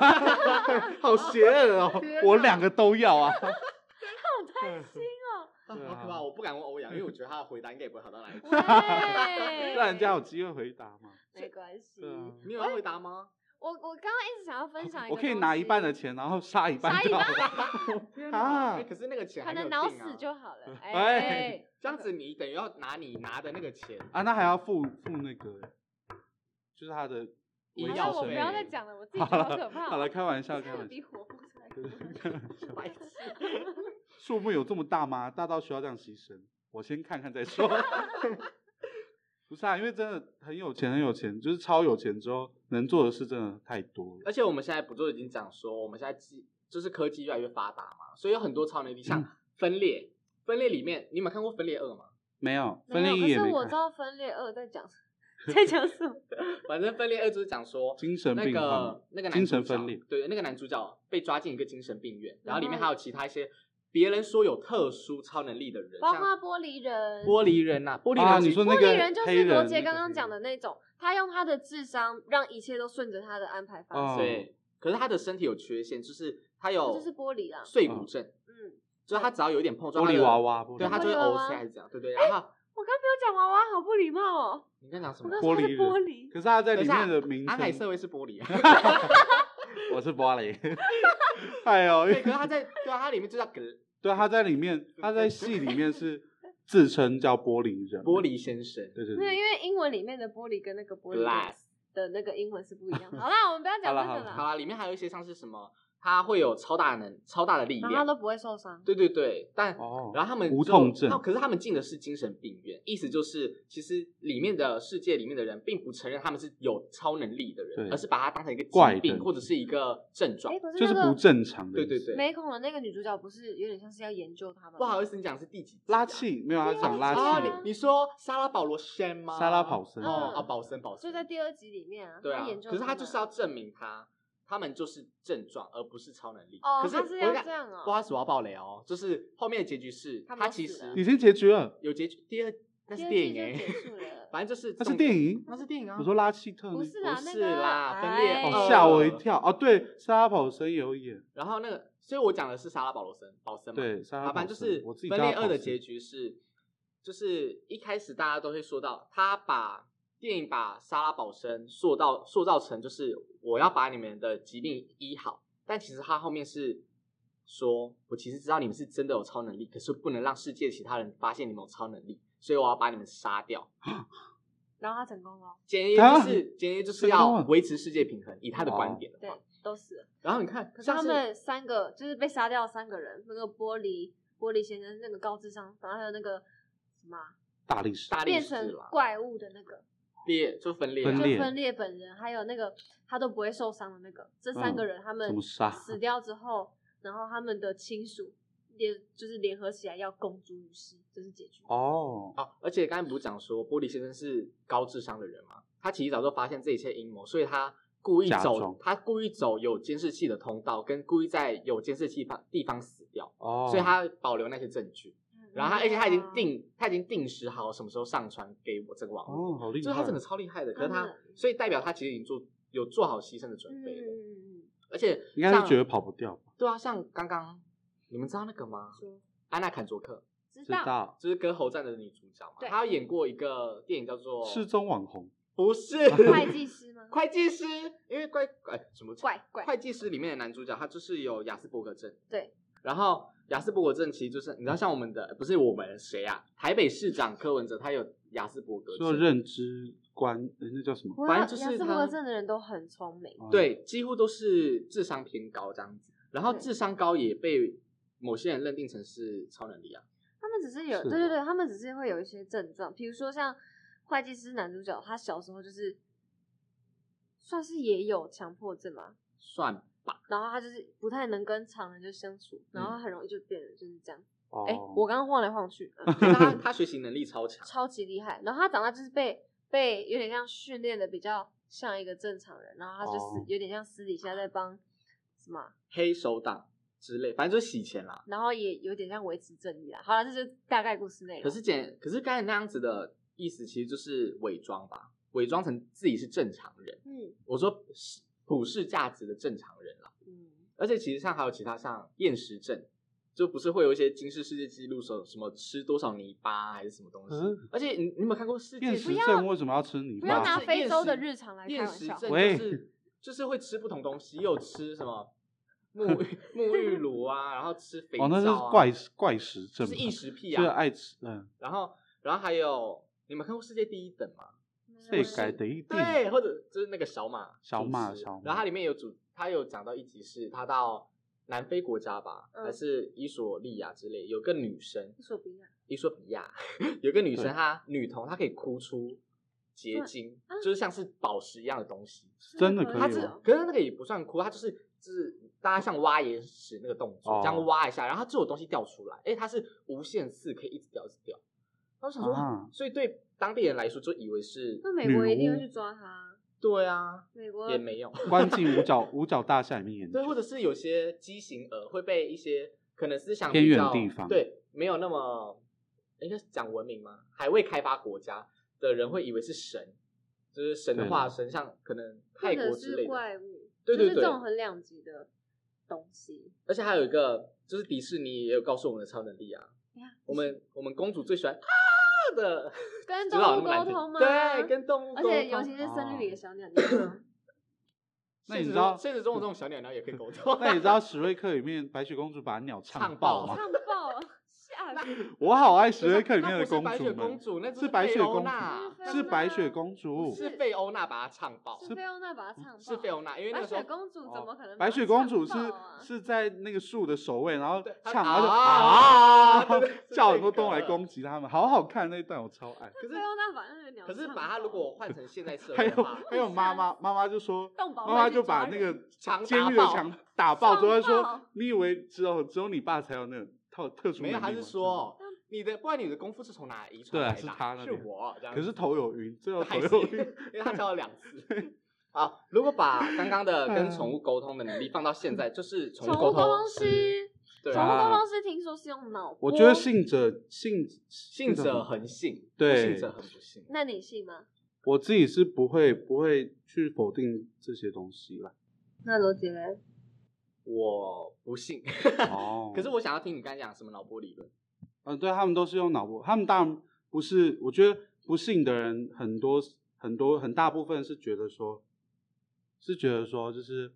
好邪恶哦
天，
我
哪
两个都要啊，
好贪心哦！
啊
对
好可
啊
怕！我不敢问欧阳，因为我觉得他的回答应该也不会好到哪里去。
喂
让人家有机会回答嘛，
没关系。
对啊
我
你有要回答吗？
我刚刚一直想要分享一个，
我可以拿一半的，钱，然后杀一半
杀一
就好
半
了。
天
啊
哎可是那个钱
可
还没有
能
定
脑
啊
死就好了。
哎
哎，
这样子，你等于要拿你拿的那个钱。
啊，那还要付付那个，就是他的
医
微
好
药
像我
笑声
不
费
要
而
再
已
讲了，我自己觉
好
得好
了
可怕哦。
好了，开 玩笑，开
这个
玩
比
笑。
火不出来。
白 痴
树木有这么大吗？大到需要这样牺牲？我先看看再说。 不是啊，因为真的很有钱，很有钱，就是超有钱之后能做的事真的太多了。
而且我们现在不就已经讲说，我们现在技就是科技越来越发达嘛，所以有很多超能力，像分裂。分裂里面，你们看过《分裂二》吗？
没有分
没有，
裂
可
也
是
没
我知
看，
道分裂二在讲 在讲什么。
反正《分裂二》就是讲说
精神
那
病
个
患
那个男
精
主
神
角
分裂，
对，那个男主角被抓进一个精神病院，然后里面
然
还
后
有其他一些别人说有特殊超能力的人，
包
像
括玻璃人，
玻璃人呐、玻璃人、
啊你说那
玻
个
璃人就
黑
是罗
人
杰
那个
刚刚
黑
讲的
人
那种，他用他的智商让一切都顺着他的安排发
哦
生，
对，可是他的身体有缺陷，就是他有
这就是玻璃啦
碎骨症，
嗯，
就是他只要有一点碰撞，
玻
他
璃
的
娃，娃，玻璃
对他
娃
就会
玻璃娃
O
娃
C 还是这样，对对。然后
我刚没有讲娃娃，好不礼貌哦。
你刚讲什
我
么
刚？
说
说
玻
他
璃
是
人
玻璃
可，是他在
等
里
一下
面的名
安海社
称，
会是玻璃，
我是玻璃。 哎呦，
对，可是他在对啊，他里面就叫格
对，他在里面，他在戏里面是自称叫玻璃人，
玻璃先生
对对
没有，
对，
因为英文里面的玻璃跟那个玻璃的
glass。
的那个英文是不一样。好啦，我们不要讲
好啦
这个
好
啦，
啦，里面还有一些像是什么，他会有超大能、超大的力
然后他
量，
都不会受伤。
对对对，但
哦，
然后他们
无
就
痛症
他可是他们进的是精神病院，意思就是其实里面的世界里面的人并不承认他们是有超能力的
对
人，而是把它当成一个
怪
疾病
的
或者是一个症状
哎，。可
就是是
那
不
个
正常的
对
意思。
对对，
美孔的那个女主角不是有点像是要研究他们？
不好意
思，
思，你讲是第几集啊？
拉气没有，他是讲拉
哦，
气
对啊。
你你说莎拉保罗森吗？
莎拉保森
哦
嗯
哦，保森保森，
就在第二集里面啊，
对啊
她研，究
可是他
他
就是
们
要证明他他们就是症状，而不是超能力。
哦
可是
他
我
是
跟
要
你讲
这样哦
不好意思，我要爆雷哦，就是后面的结局是
他们
他
都
其
死
实
了
已经结局了，
有结局，第二那
第
是
二
电
季就
影
结
哎，
束了。
反正就是
那是
重
电
点
影
那是电影啊。
我说拉气特那
嗯不
个，
是啦，
不
那
是
个
啦分裂
哎
哦
哦吓我一跳哦，对，莎拉保森有演，
然后那个，所以我讲的是莎拉保罗森，保森嘛。
对，莎
啊，
拉
反
保
正就
森
是，
我自己
分
叫
裂
她
二
保
的
森
结局是，就是一开始大家都会说到，他把电影把莎拉保森塑造塑造成就是我要把你们的疾病医好，但其实他后面是说，我其实知道你们是真的有超能力，可是不能让世界其他人发现你们有超能力，所以我要把你们杀掉。
然后他成功了，
简爷
啊
就是简爷就是
成功
要
了
维持世界平衡，以他的观点的
对
话，，
都死了。
然后你看，
可是
哦像
他们三个就是被杀掉的三个人，那个玻璃玻璃先生，那个高智商，然后还有那个什么啊
大力士，
大力
变
士
成
啦，
怪物的那个，
裂就分裂啊，
分
就
裂
分裂本人，还有那个他都不会受伤的那个，这三个人他们
怎么杀
死掉之后，然后他们的亲属联就是联合起来要公诸于世，这是结局。
哦，
好，而且刚才不是讲说玻璃先生是高智商的人嘛？他其实早就发现这一切阴谋，所以他故意
假
走
装，
他故意走有监视器的通道，跟故意在有监视器方地方死掉，
哦，
所以他保留那些证据。
嗯
然后他，而且他已经，定，他已经定时好什么时候上传给我这个网络，
哦，好厉害，
就是他真的超厉害的。可是
真
他
的，
所以代表他其实已经做有做好牺牲的
嗯
准
嗯
备了，
嗯嗯
而且
应该
像
是觉得跑不掉吧？
对啊，像刚刚你们知道那个吗
嗯，？说
安娜坎卓克
知
知道，
就是《歌喉战》的女主角嘛，
对
她有演过一个电影叫做
失踪网红
不是
会计师吗？
会计师，因为怪哎什么
怪怪
会计师里面的男主角，他就是有雅斯伯格症。
对，
然后雅斯伯格症其实就是你知道，像我们的不是我们谁啊？台北市长柯文哲他有雅斯伯格
就
症，
认知观，诶那叫什么？
反正就是
亚斯伯
他
格症的人都很聪明，
哦，
对，几乎都是智商偏高这样子。然后
对
智商高也被某些人认定成是超能力啊。
他们只是有
是
对对
的
对，他们只是会有一些症状，比如说像会计师男主角，他小时候就是算是也有强迫症嘛，
算吧，
然后他就是不太能跟常人就相处，然后他很容易就变得就是这样。
哦，
哎、我刚刚晃来晃去，嗯
但他他学习能力超强，
超级厉害。然后他长大就是被被有点像训练的比较像一个正常人，然后他就私、
哦
有点像私底下在帮什么啊，
黑手党之类，反正就是洗钱啦。
然后也有点像维持正义啊。好了，这就大概故事内容。
可是简，可是刚才那样子的意思，其实就是伪装吧，伪装成自己是正常人。
嗯
我说是普世价值的正常人啦。
嗯，
而且其实上还有其他像厌食症，就不是会有一些金氏世界纪录什么什么吃多少泥巴还是什么东西。
嗯
而且你你有没有看过世界
厌食
纪录
症为什么要吃泥
不要
巴？
拿
是
非
厌
洲的
食
日常来开
厌
玩
食
笑
症就
喂
是就是会吃不同东西，又吃什么沐浴沐浴乳啊，然后吃肥
哦，
皂、啊
那是怪食怪食
就
症吧，
是异食癖
就是
啊。
爱吃，嗯，
然后然后还有你们看过世界第一等吗？
被
嗯
改的一定，
对，或者就是那个小马
小马
主持
小马
然后它里面有主，它有讲到一集是他到南非国家吧，
嗯
还是伊索利亚之类，有个女生，
伊索比亚
伊索比亚 有个女生，
对
她女童，她可以哭出结晶，就是像是宝石一样的东西。
真的
可
可
她
以
这
是
吗
可是那个也不算哭，她就是就是大家像挖眼屎那个动作，
哦
这样挖一下，然后她就有东西掉出来，哎，它是无限次可以一直掉一直掉。然后我想说，
啊
所以对当地人来说就以为是
那美国
女
一定会
巫
去抓他，
对啊，
美国
也没用。
关进五角五角大厦里面研究
对，，或者是有些畸形儿会被一些可能思想
偏
比
远
较
地方
对没有那么应该是讲文明吗？还未开发国家的人会以为是神，就是神的
对
化
了
身，像可能
或
泰
者
国之类
是
的。
怪物，
对对
就是这
对
种很两极的东西。
而且还有一个就是迪士尼也有告诉我们的超能力啊，
等一下
我们我们公主最喜欢啊的，
跟
知
动
道
物
那么难
沟
听
通吗？
对，跟动物
而
沟通，哦
且尤其是森林里的小鸟鸟吗，
那
现
你
实
知道
中现实中的这种小鸟鸟也可以沟通
，那你知道史瑞克里面白雪公主把鸟
唱
唱爆
爆吗
吗？
唱爆啊吓死！
我好爱史
不是
瑞克里
那
面的
不是
公
白
主
雪公
们，
主，那就是
白雪
费欧
公
娜
主
主，是白雪公主，
是
是
费欧娜把她唱爆，
是菲欧娜把它唱爆，啊
是费欧娜，因为那
白
个时候
雪公主怎么可能把它
白雪
唱
公主是
爆啊？
是在那个树的守卫，然后
对她
唱，然后就
啊
啊
对对对
叫
这
很多
个
动物来攻击他们，好好看那一段，我超爱。
可是
菲欧娜把那个鸟
可
唱爆，啊
是把它如果换成现在社
还
会
有
的哦话，
还有妈妈，妈妈就说，
动保
妈
会
妈
去
就
抓
把那
人
个
墙
监
打
狱的
爆
墙打爆之后，她
撞爆
说你以为只有只有你爸才有那种特特殊能
没
力
有，
吗？
还是
嗯
说你的不然你的功夫是从哪遗传
对啊
来
是
的
她
啊？
那
是
边
我这样子，
可是头有晕，最后头
还是
有晕，
因为他教了两次。好，如果把刚刚 的
嗯
跟宠物沟通的能力放到现在，就是宠
宠物
沟
沟
通
通，师，
对
宠物
啊
沟通师听说是用脑波，
我觉得信者信信
信者恒信，不
对
信者恒不信。
那你信吗？
我自己是不会不会去否定这些东西啦。
那罗杰嘞，
我不信，
哦
可是我想要听你刚才讲什么脑波理论。
嗯，对他们都是用脑波，他们当然不是，我觉得不信的人很多很多很大部分是觉得说，是觉得说就是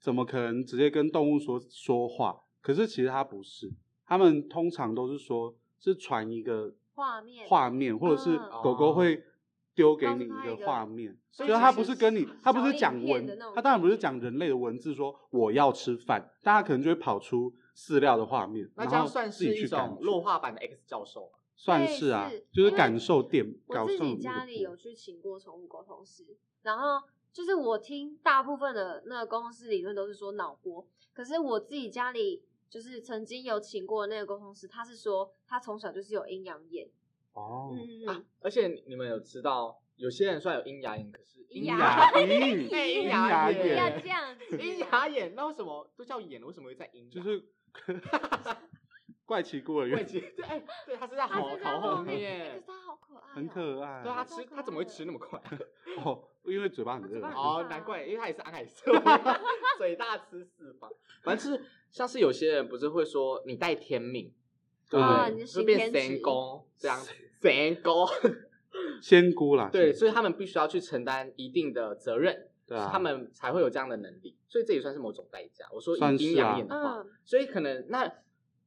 怎么可能直接跟动物说说话？可是其实他不是，他们通常都是说是传一个
画面
画面，或者是
嗯
狗狗会丢给
告诉
你一
他
个
一个
画面，
所以
就
其
他
实
不是跟你，他不
小
是
影
讲
片的
文
那，种
他当然不
概
是
念
讲人类的文字说我要吃饭，但他可能就会跑出饲料的画面，
那
然
这样
后
算
自
是
己
一
去感
种
觉
弱化版的 X 教授嘛？
算
对
是啊
是，
就是
因为
感受电，
我
感
自
受
己
那
家
个
里
部
有去请过宠物沟通师，然后就是我听大部分的那个公司理论都是说脑波，可是我自己家里就是曾经有请过的那个沟通师，他是说他从小就是有阴阳眼，
哦，
嗯嗯
啊
嗯，，
而且你们有知道，有些人虽然有阴阳眼，可是
阴
阴
牙
阳眼，
哎阴
阴
阳
阳
眼
不要
眼
这，样子，
阴阳眼，那为什么都叫眼？为什么会在阴？
就是 怪奇孤儿
会
院，
奇，对，哎，对，他是在
他
猴
是在
猴
后
后
面，哎哎可
面
是，他好可爱哦，
很可爱，
对，啊他
超
吃，
可
他怎么会
爱的
吃那么快？啊
哦，因为嘴巴很
他嘴巴
饿
很
啊，
哦
怕，
难
啊
怪，因为他也是安海瑟，嘴大吃四方。 反正是像是有些人不是会说你带天命，对不
啊
对
你是
就
刑
变
天
神
职
功 这样，神功。
仙姑啦，
对，
仙
所以他们必须要去承担一定的责任，
对啊
他们才会有这样的能力，所以这也算是某种代价。我说
算
以
是啊
阴阳眼的话，
嗯
所以可能那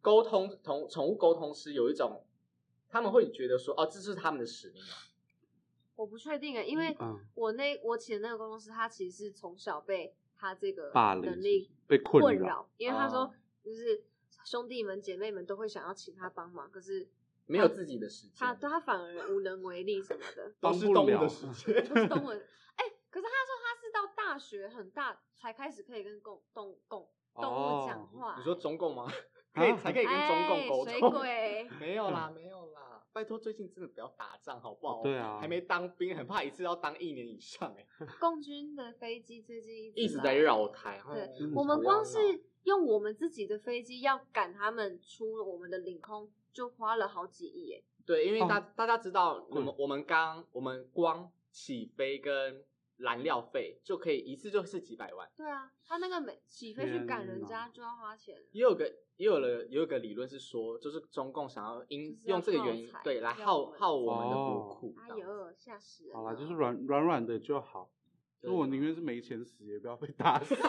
沟通同宠物沟通师有一种，他们会觉得说，哦，这是他们的使命啊，
我不确定啊，因为
嗯
我那我请的那个公司，他其实是从小被他这个
霸凌
能力
被困
困
扰，
扰，因为他说
哦
就是兄弟们姐妹们都会想要请他帮忙，可是
没有自己的时间，
啊他他反而无能为力什么的
帮
都是
不
动物
了
的时间。
都是动物。哎、可是他说他是到大学很大才开始可以跟动动动动物讲
哦
话、
你说中共吗？
啊嗯
可以才可以跟中共
哎
沟
水
通？
鬼
没有啦，没有啦。拜托，最近真的不要打仗好不好？
对啊
还没当兵，很怕一次要当一年以上哎、
共军的飞机最近一直
一直在
来
绕台。
对
哦
嗯
我们
不要
光
闹
是用我们自己的飞机要赶他们出我们的领空，就花了好几亿耶。
对，因为
哦
大、大家知道，我
贵
们我们刚我们光起飞跟燃料费就可以一次就是几百万，
对啊，他那个每起飞去赶人
天哪
家就要花钱了。
也有个也有了也有个理论是说，就是中共想要因
就是要
用这个原因
耗材
对来
要
耗
我们
耗我们的
哦
国库。
哎
这样
呦，吓死人了！
好啦，就是软软软的就好。
对啊
就我宁愿是没钱死，也不要被打死，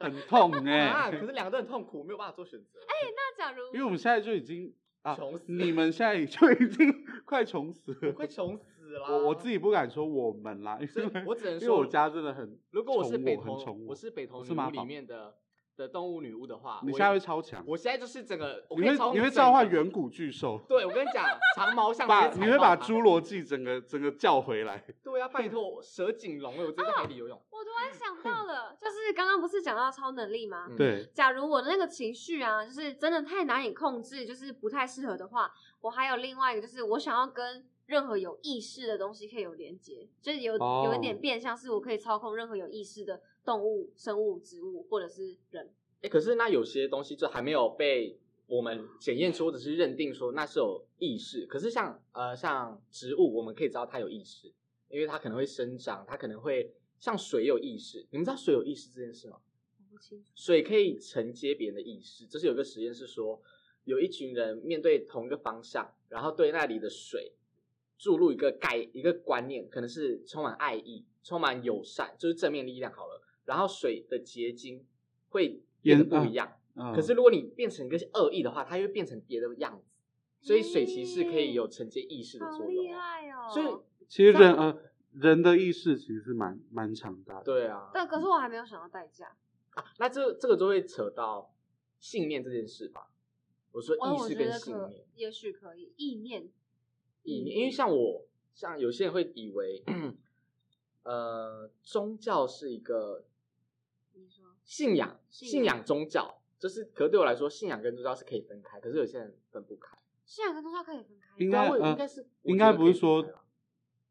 很 痛哎、
啊，可是两个都很痛苦，没有办法做选择。哎、
那假如
因为我们现在就已经啊
穷死，
你们现在就已经 快穷死
我
了。
快穷死啦！
我我自
己，
己不敢说我们啦，因
啊所以
为
我只能
因为
说
我家真的很，
如果我是
宠
北
很宠
投，
我
我是北投
我
女
是妈
巫里
宝
面的的动物女巫的话，
你
我
现在
一
会超强，
我现在就是整个，我
你
可以操
会你
控
会
整
召唤
个
远古巨兽，
对，我跟你讲，长毛象
把
直接
你
踩
会
爆
把
它
侏罗纪整个整个叫回来。
对啊，拜托，蛇颈龙，我真的在 海里游泳。
我突然想到了，就是刚刚不是讲到超能力吗？
嗯
对，
假如我那个情绪啊，就是真的太难以控制，就是不太适合的话，我还有另外一个，就是我想要跟任何有意识的东西可以有连接，就是有、
哦
有一点变相是我可以操控任何有意识的动物、生物、植物或者是人。
哎，可是那有些东西就还没有被我们检验出，或者是认定说那是有意识。可是像呃像植物，我们可以知道它有意识，因为它可能会生长，它可能会像水有意识。你们知道水有意识这件事吗？
我不清楚
水可以承接别人的意识，这是有一个实验是说，有一群人面对同一个方向，然后对那里的水注入一个概一个观念，可能是充满爱意、充满友善，就是正面力量好了。然后水的结晶会变得不一样，
嗯
可是如果你变成一个恶意的话，它又变成别的样子。所以水其实可以有承接意识的
好
作
厉
用哦。
害哦！
所以
其实
这样
人呃人的意识其实是蛮蛮强大的。
对啊，
但可是我还没有想到代价。
啊，那这这个就会扯到信念这件事吧。我说
哦，
意
我
识
觉
跟
得
信
可
念，
也许可以意念。
嗯
意念，因为像我，像有些人会以为，呃，宗教是一个
你说
信仰，
信
信
仰
仰宗教就是，可是对我来说，信仰跟宗教是可以分开，可是有些人分不开。
信仰跟宗教可以分开吗，
应
对啊
该
我
呃
应该是我
应
觉
该
得
不是
可以分
说
开啦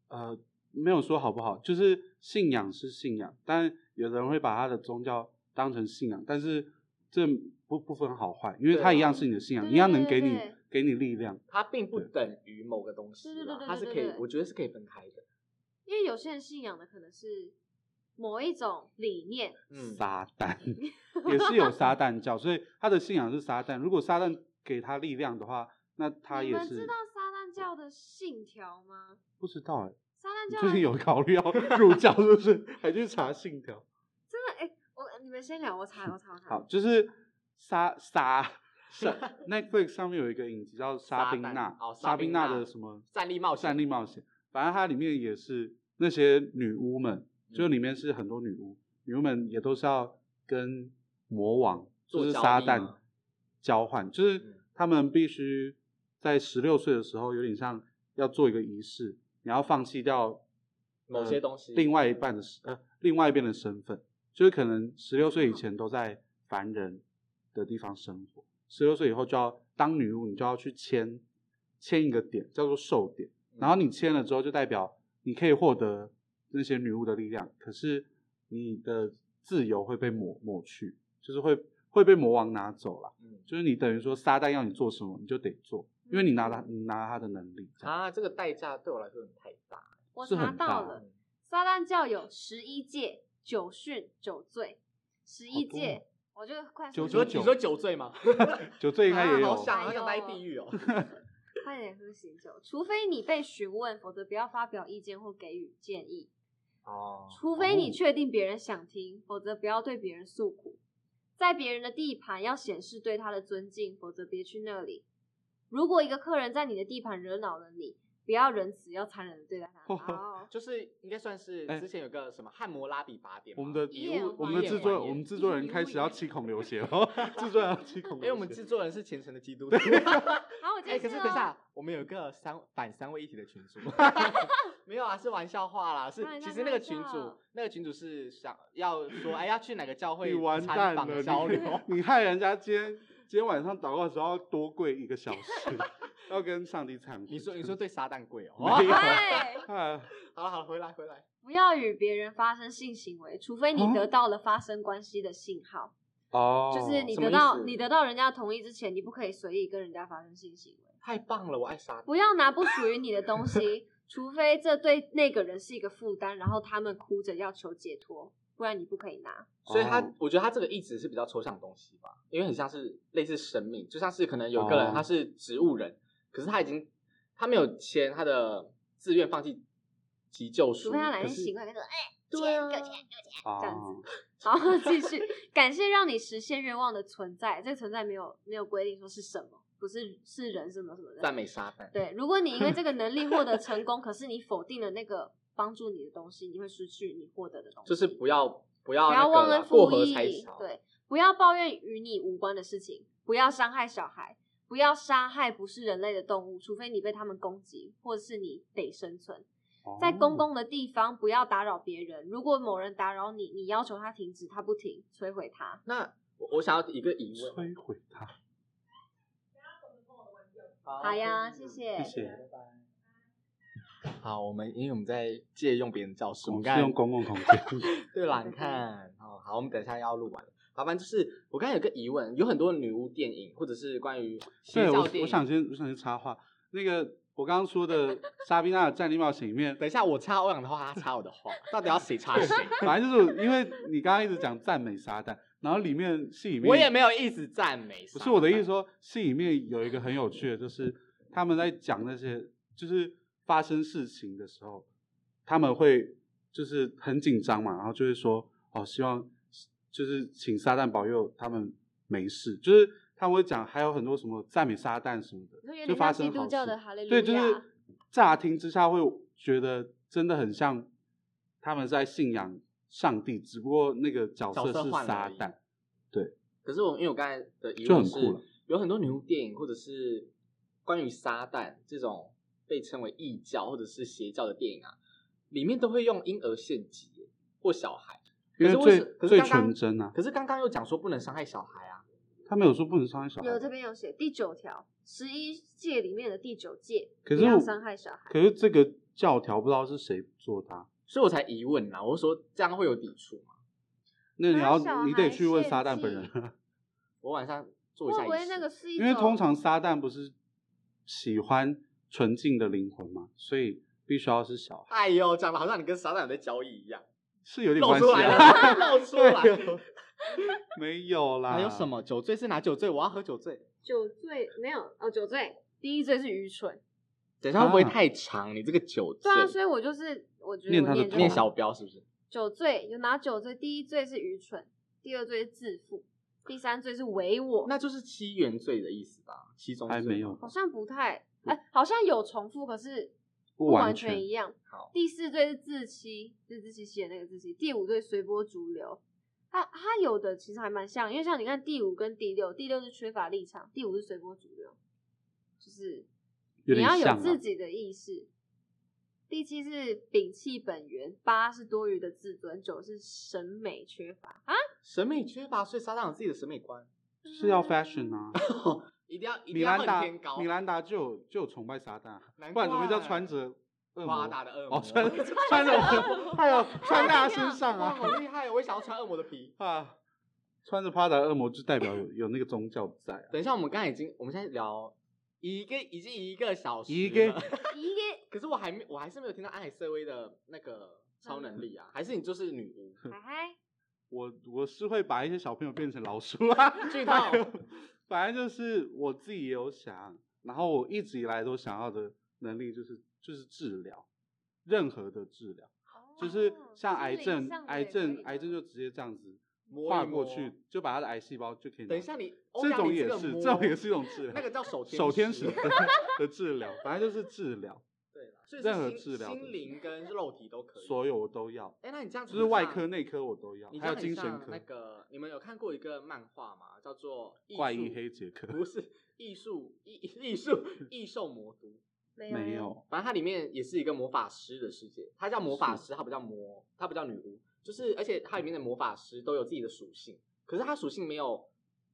呃没有说好不好，就是信仰是信仰，但有的人会把他的宗教当成信仰，但是这不不分好坏，因为
对
它
啊
一样是你的信仰，
对
一样能给你
对
给你力量。
它并不等于某个东西
对对
啦，
对
它
对
是
对
可以
对，
我觉得是可以分开的。
因为有些人信仰的可能是某一种理念，
嗯，
撒旦也是有撒旦教，所以他的信仰是撒旦。如果撒旦给他力量的话，那他
你
也
们知
是
道撒旦教的信条吗？
不知道哎、
撒旦
你
教
最近
的
有考虑要入 教是不是？还去查信条？
真的哎、我你们先聊，我查我查我查。
好，就是莎莎 莎 Netflix 上面有一个影集叫《莎
撒
宾
旦
娜
哦》，莎
莎
宾
宾娜
娜
的什么
战力冒险
战力冒险，反正它里面也是那些女巫们，
嗯
就里面是很多女巫，女巫们也都是要跟魔王，
做
就是
交
撒
易
旦
吗
交换，就是
嗯
他们必须在十六岁的时候，有点像要做一个仪式，你要放弃掉呃
某些东西
另外一半的身呃另外一边的身份，就是可能十六岁以前都在凡人的地方生活，十六岁以后就要当女巫，你就要去签签一个点，叫做寿点。
嗯
然后你签了之后，就代表你可以获得那些女巫的力量，可是你的自由会被抹抹去，就是会会被魔王拿走啦。
嗯
就是你等于说撒旦要你做什么，你就得做，因为你拿他你拿他的能力。这样
嗯啊，这个代价对我来说有点太大。
我
是
查
很大哦
到
的
了，撒旦教有十一戒、九训、九罪，十一
好多哦
戒，我就快
九
说
你说
出来
九九
你说酒醉 吗？
酒醉应该也
啊
有，哎
好想好想待地 狱哦。
快点喝醒酒，除非你被询问，否则不要发表意见或给予建议。
哦
除非你确定别人想听，否则不要对别人诉苦。在别人的地盘要显示对他的尊敬，否则别去那里。如果一个客人在你的地盘惹恼了你，不要仁慈，要残忍的对待 他。哦，
就是应该算是
哎
之前有个什么汉摩拉比法典嘛，
我们的
一夜
我
还
们的
原
制作人，我们制作人开始要七孔流血哦，制作人要七孔
因为
流
我们
血
制。作人是虔诚的基督 徒。
好，我解
哎、可
释
是
了
等
哦。
一下，我们有一个三反三位一体的群 主，没有啊，是玩笑话啦，是
开玩笑
其实那个群
开玩
主
笑，
那个群主是想要说，哎，要去哪个教会
你完
参
蛋
访
了，
交流，
你你害人家今天今天晚上祷告的时候要多跪一个小 时，要跟上帝忏悔。
你说你说对撒旦贵哦，
没有
对，
啊，
好了好了，回来回来，
不要与别人发生性行为，除非你
哦
得到了发生关系的信号，
哦
就是你
什么
得
意
到
思
你得到人家同意之前，你不可以随意跟人家发生性行为。
太棒了，我爱撒旦，
不要拿不属于你的东西，除非这对那个人是一个负担，然后他们哭着要求解脱，不然你不可以拿。
所以他、
哦
我觉得他这个意旨是比较抽象的东西吧，因为很像是类似神明，就像是可能有个人
哦
他是植物人，可是他已经他没有签他的自愿放弃急救
除
书，
非他哪
可
天
是
醒过来跟你说：“哎，
对啊
钱给我钱，
这
这样子。然后继续感谢让你实现愿望的存在，这个存在没有没有规定说是什么，不是是人什么什么
赞
的。
美撒旦，
对，如果你因为这个能力获得成功，可是你否定了那个帮助你的东西，你会失去你获得的东西。
就是不要不要
不
那
要
个
忘
啦
恩
过
负
河
义
拆桥，，
对，不要抱怨与你无关的事情，不要伤害小孩，不要杀害不是人类的动物，除非你被他们攻击，或者是你得生存。在
哦
公共的地方不要打扰别人，如果某人打扰你，你要求他停止，他不停，摧毁他。
那我我想要一个疑问，
摧毁他，
好呀，谢。谢
哦嗯谢。谢。
好，我们因为我们在借用别人教室，
我
我
们
们刚
哦是
才
用公共 空间，
对啦，你看，哦，好，我们等一下要录完了。好，反正就是我刚才有个疑问，有很多女巫电影或者是关于邪
对我
教电影。
我想先我想先插话，那个我刚刚 说的《莎宾娜的战地冒险》里面，
等一下我插欧阳的话，他插我的话，到底要谁插谁？
反正就是因为你刚刚一直讲赞美撒旦，然后里面戏里面
我也没有一直赞美。
不是我的意思，说，戏里面有一个很有趣的，就是他们在讲那些就是发生事情的时候，他们会就是很紧张嘛，然后就会说哦，希望就是请撒旦保佑他们没事，就是他们会讲还有很多什么赞美撒旦什么
有
的，
点
就发
像
生
基督
好事。
教的哈利路
对，就是
亚，
乍听之下会觉得真的很像他们在信仰上帝，只不过那个角
角
色
色
是
换了
撒
而已
旦，
可是我因为我刚才的疑
就
问
很酷
是
了，。
有很多女巫电影或者是关于撒旦这种被称为异教或者是邪教的电影啊，里面都会用婴儿献祭耶或小孩，
因为
可是
最
为什可是
最
刚刚
纯真啊，
可是刚刚又讲说不能伤害小孩啊，
他们有说不能伤害小孩
有
吗，
这边有写第九条，十一戒里面的第九戒，
可
不
是
要
我
伤害小孩。
可是这个教条不知道是谁做的啊、
所以我才疑问啦，我就说这样会有抵触吗？
那你
拿
要
小
你得
孩
去问
献
撒旦本
祭
人，
我晚上做一下
会
仪
不会
式
那个是一
因为
种
通常撒旦不是喜欢纯净的灵魂嘛，所以必须要是小孩，
哎呦，讲的好像你跟撒旦有在交易一样，
是有点
露
关系
出来
啊。
了， 露出来了。
没有啦，
还有什？么酒醉是哪酒醉？我要喝酒醉。
酒醉没有哦，酒醉第一醉是愚蠢，
等一下会
啊
不会太长？你这个酒醉
对啊，所以我就是我觉得
念他
我
的
念就
头
好
念小标是不是？
酒醉有拿酒醉，第一醉是愚蠢，第二醉是自负，第三醉是唯我，
那就是七原罪的意思吧？七宗罪
还没有
好像不太哎、好像有重复，可是
不
不完
完
全一样。
好
第四罪是自欺，是自欺欺人那个自欺。第五罪随波逐流，它它有的其实还蛮像，因为像你看第五跟第六，第六是缺乏立场，第五是随波逐流，就是
有
你
点
要
像
有
啊
自己的意识。第七是摒弃本源，八是多余的自尊，九是审美缺乏，啊
审美缺乏，所以撒旦有自己的审美观，
是要 fashion 啊。
一定要一定
米
要
兰
很
达
天高，
米兰达就有就有崇拜撒旦啊，
难
不然怎么叫
怪
穿着恶
巴
魔？
达的恶魔，
哦，穿穿着 恶魔，哎呦，穿在他身上
哇，
啊
好厉害！哦我也想要穿恶魔的皮。
啊！穿着帕达恶魔就代表有有那个宗教在啊。
等一下，我们刚才已经，我们现在聊一个已经一个小时了，
一个
一个
可是我还没，我还是没有听到艾瑟薇的那个超能力啊，还是你就是女巫？
嗨嗨，
我我是会把一些小朋友变成老鼠啊，
剧透
反正就是我自己也有想，然后我一直以来都想要的能力就是就是治疗，任何的治疗，
哦
哦
就是像癌症，癌症，癌症就直接这样子
摸一
划过
摸
去，就把他的癌细胞就可以拿。
等一下你，欧
这
阳
种
你
也
个
是，
魔
这种也是一种治疗。
那个叫手天
手天
使
使的的治疗，反正就是治疗，
对啦，所以
任何
是
治
心
疗
心
的
灵跟肉体都可以。
所有我都要，
哎，那你这样子
就是外
很像
科、内科我都要
你，这
还有
样很
精神
像
科
那。个，你们有看过一个漫画吗？叫做《
怪
术
医黑杰克
不是艺术艺艺术异兽魔都，
没
没
有
有，
反正它里面也是一个魔法师的世界，它叫魔法师，它不叫魔，它不叫女巫，就是而且它里面的魔法师都有自己的属性，可是它属性没有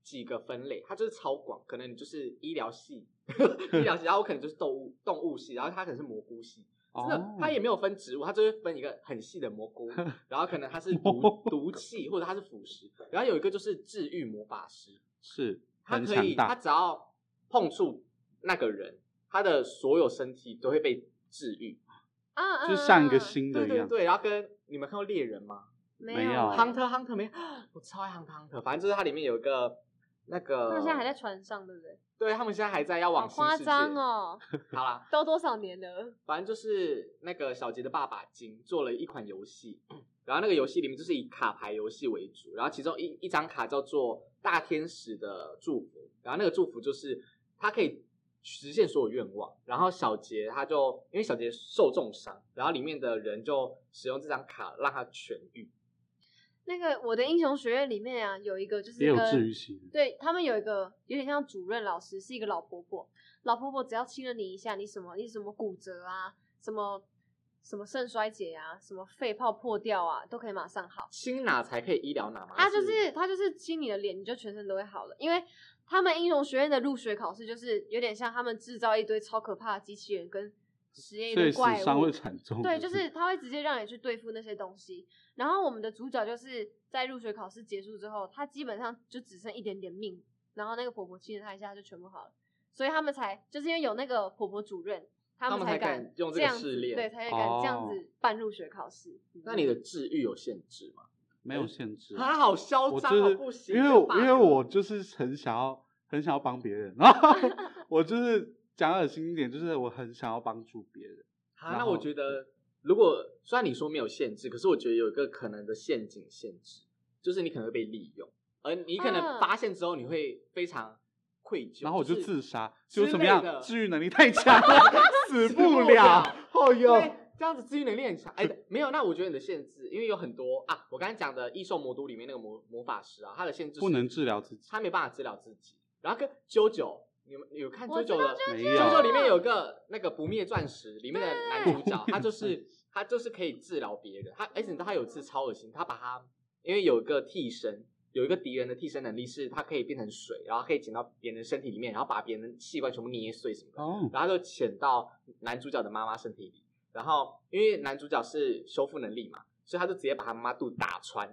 几个分类，它就是超广，可能你就是医疗系， 医疗系，然后我可能就是动物动物系，然后它可能是蘑菇系。真的
哦，，
它也没有分植物，它就是分一个很细的蘑菇，然后可能它是毒毒气或者它是腐蚀，然后有一个就是治愈魔法师，
是
他
很
可
强
以，
大，
他只要碰触那个人，他的所有身体都会被治愈。
啊，
就像一个
嗯嗯嗯
新的
对
一
对
样。
对，然后跟你们看过猎人吗
没
没有
有欸
？Hunter Hunter 没，我超爱 Hunter Hunter，反正就是它里面有一个那个，
他们现在还在，船上，对不对？
对他们现在还在要往
好
新
夸
世界
张。 哦，
好啦，
都多少年了？
反正就是那个小杰的爸爸金做了一款游戏， 然后那个游戏里面就是以卡牌游戏为主，然后其中一一张卡叫做大天使的祝福，然后那个祝福就是他可以实现所有愿望，然后小杰他就因为小杰受重伤，然后里面的人就使用这张卡让他痊愈，
那个我的英雄学院里面啊，有一个就是
也有
跟
治愈型，
对他们有一个有点像主任老师，是一个老婆婆。老婆婆只要亲了你一下，你什么你什么骨折啊，什么什么肾衰竭啊，什么肺泡破掉啊，都可以马上好。
亲哪才可以医疗哪吗？
他啊就是他就是亲你的脸，你就全身都会好了。因为他们英雄学院的入学考试就是有点像他们制造一堆超可怕的机器人跟实验一
所以
堆
死
怪
伤
物啊
会，惨重。
对，就是他会直接让你去对付那些东西。然后我们的主角就是在入学考试结束之后，他基本上就只剩一点点命，然后那个婆婆亲了他一下，他就全部好了。所以他们才就是因为有那个婆婆主任，他
他们才
敢
敢用这
这
个
样
试
子，
炼
对，才敢这样
哦
子办入学考试。嗯
那你的治愈有限制吗？
没有限制。啊
他啊好嚣
我
张，哦
就
好不
是
行，
因为
这个
我因
bug
为我就是很想要很想要帮别人，然 后我就是讲恶心一点，就是我很想要帮助别人。
好，
然
那
后嗯
我觉得，如果虽然你说没有限制，可是我觉得有一个可能的陷阱限制，就是你可能会被利用，而你可能
嗯
发现之后，你会非常愧疚，
然后我就是自杀，
之
就怎么
类
样
的？
治愈能力太强 了，死
死
不
不了
了。哦哟，
对，这样子自愈能力很强。哎、没有，那我觉得你的限制，因为有很多啊，我刚才讲的《异兽魔都》里面那个魔魔法师啊，他的限制是
不能治疗自己，
他没办法治疗自己。然后跟啾啾，你们有看
我
啾
知道
啾的？
没
《 啾啾》里
有。
面有个那个不灭钻石里面的男主角，他就是他就是可以治疗别人。他而且你知道他有一次超恶心，他把他因为有一个替身，有一个敌人的替身能力是他可以变成水，然后可以潜到别人的身体里面，然后把别人的器官全部捏碎什么的，
哦，
然后他就潜到男主角的妈妈身体里。然后因为男主角是修复能力嘛，所以他就直接把他妈妈肚子打穿，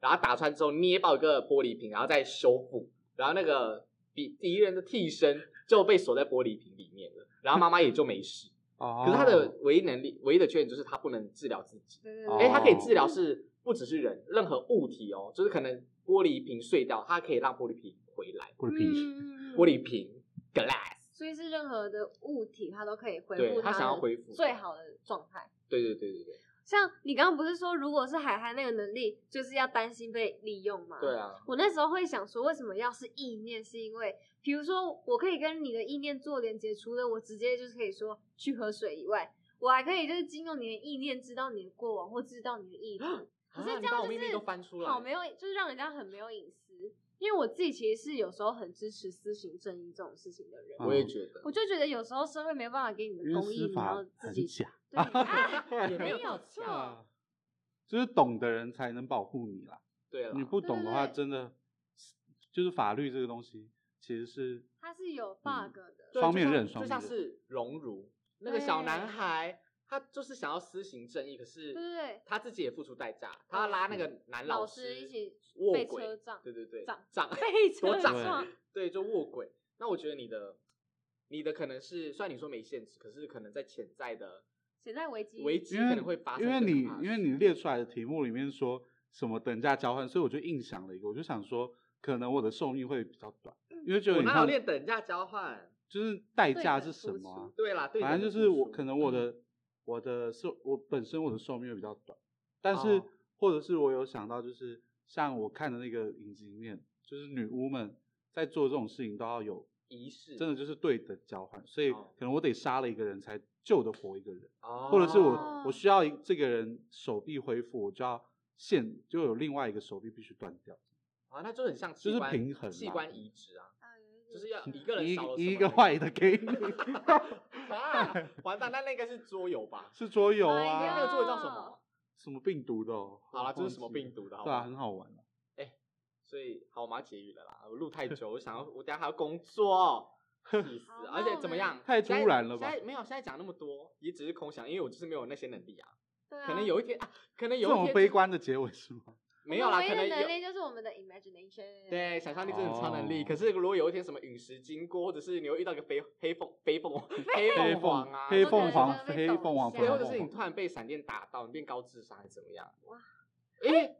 然后打穿之后捏爆一个玻璃瓶，然后再修复，然后那个敌敌人的替身就被锁在玻璃瓶里面了，然后妈妈也就没事。
哦
可是他的唯一能力、唯一的缺点就是他不能治疗自己，
对对
哦
对，
哎，他可以治疗是不只是人，任何物体哦，就是可能玻璃瓶碎掉，它可以让玻璃瓶回来，
不是皮，
嗯，
玻璃瓶 glass，
所以是任何的物体，它都可以恢
对
复
他
它
想要
的
恢复
最好的状态。
对对对对对，
像你刚刚不是说，如果是海涵那个能力，就是要担心被利用吗？
对。啊，
我那时候会想说，为什么要是意念？是因为，比如说，我可以跟你的意念做连接，除了我直接就是可以说去喝水以外，我还可以就是经用你的意念知道你的过往或知道你的意图，可是
啊
这
你把
样
我
就
秘密
是
都翻出来，
好没有，就是让人家很没有隐私。因为我自己其实是有时候很支持私行正义这种事情的人，
我也觉得
我就觉得有时候社会没有办法给你的
啊因为
公益，
司
你要
法
自
很
己
假，
对啊，
也没有到
错
假，
啊就是懂的人才能保护你啦。
对了，
你不懂的话，
对对对
真的就是法律这个东西其实是
它是有 bug 的，
对
双面
就像
刃双
就像
面
是荣辱那个小男孩，他就是想要施行正义，可
对
是
对对，
他自己也付出代价，他拉那
嗯
个男
老
师
师一起
卧
被
轨
车撞
对对 对，
撞
涨
被车
多涨
撞，
对，就卧轨。那我觉得你的你的可能是，虽然你说没限制，可是可能在潜在的
潜在危机，
危机
因为
可能会发生
因为
更可
你
怕的
因为
事
你列出来的题目里面说什么等价交换，所以我就硬想了一个，我就想说可能我的寿命会比较短，因为就有
我
点
哪有
像
啊练等价交换？
就是代
对
价
等
是什
付
么
出
啊、
对啦，对等
反
的付出，
正就是我可能
嗯
我的我的寿我本身我的寿命会比较短，但是、
哦
或者是我有想到就是像我看的那个影集里面，就是女巫们在做这种事情都要有
仪式，
真的就是对等交换，所以
哦
可能我得杀了一个人才救得活一个人，
哦，
或者是我
哦
我需要一这个人手臂恢复，我就要现就有另外一个手臂必须断掉，
啊，那就很像
就是
器官
平衡
器
啦
官移植啊，
啊有一点
就是要一个人
一
少了
一
什
个
么
坏的给你，
啊，完蛋，那那应该是桌游 吧？
是桌游
哎
那
呀
啊，
个桌游叫什么？
什么病毒的、哦？
好啦，
了，
这是什么病？毒的？好不
对啊，很
好？
好玩啊。
所以好，我们要结语了啦，我录太久，我想要我等下还要工作， 气死！
好
而且怎么样？
太
现在
突然了吧
现在没有，现在讲那么多也只是空想，因为我就是没有那些能力啊。
对啊，
可能有一天啊，可能
这
有一
种
天
悲观的结尾是吗？
我
没有啦，
们
可
唯
能
一的能
有。
力就是我们的 imagination，
对，想象力真的超能力。
哦
可是如果有一天什么陨石经过，或者是你又遇到一个飞黑凤飞凤黑
黑
凤凰啊，
黑
那可
凤
能
凰
就，会
黑
懂
凤凰，
一
不
下
对，
凤
能
或者
忘
是你
了
突然被闪电打到，你变高智商还是怎么样？哇
哇！
哎，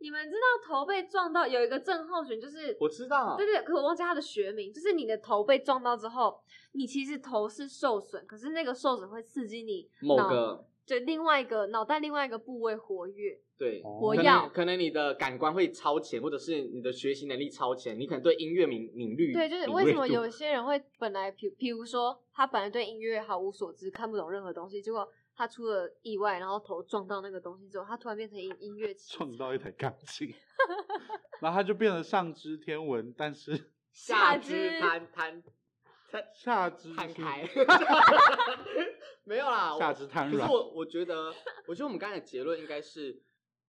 你们知道头被撞到有一个症候群，就是
我知道，
对对，可我忘记它的学名，就是你的头被撞到之后，你其实头是受损，可是那个受损会刺激你
某
脑
个
就另外一个脑袋另外一个部位活跃，
对，
哦
火
可
药
能可能你的感官会超前，或者是你的学习能力超前，你可能对音乐敏敏率
对，就是
敏
为
锐
什么
度
有些人会本来，比比如说他本来对音乐毫无所知，看不懂任何东西，结果他出了意外，然后头撞到那个东西之后，他突然变成音音乐奇
撞到一台钢 琴，然后他就变得上知天文，但是
下
下
肢
肢
摊摊摊
下肢
摊
是
开，没有啦，我
下肢瘫
可是
软。
我我觉得，我觉得我们刚才的结论应该是，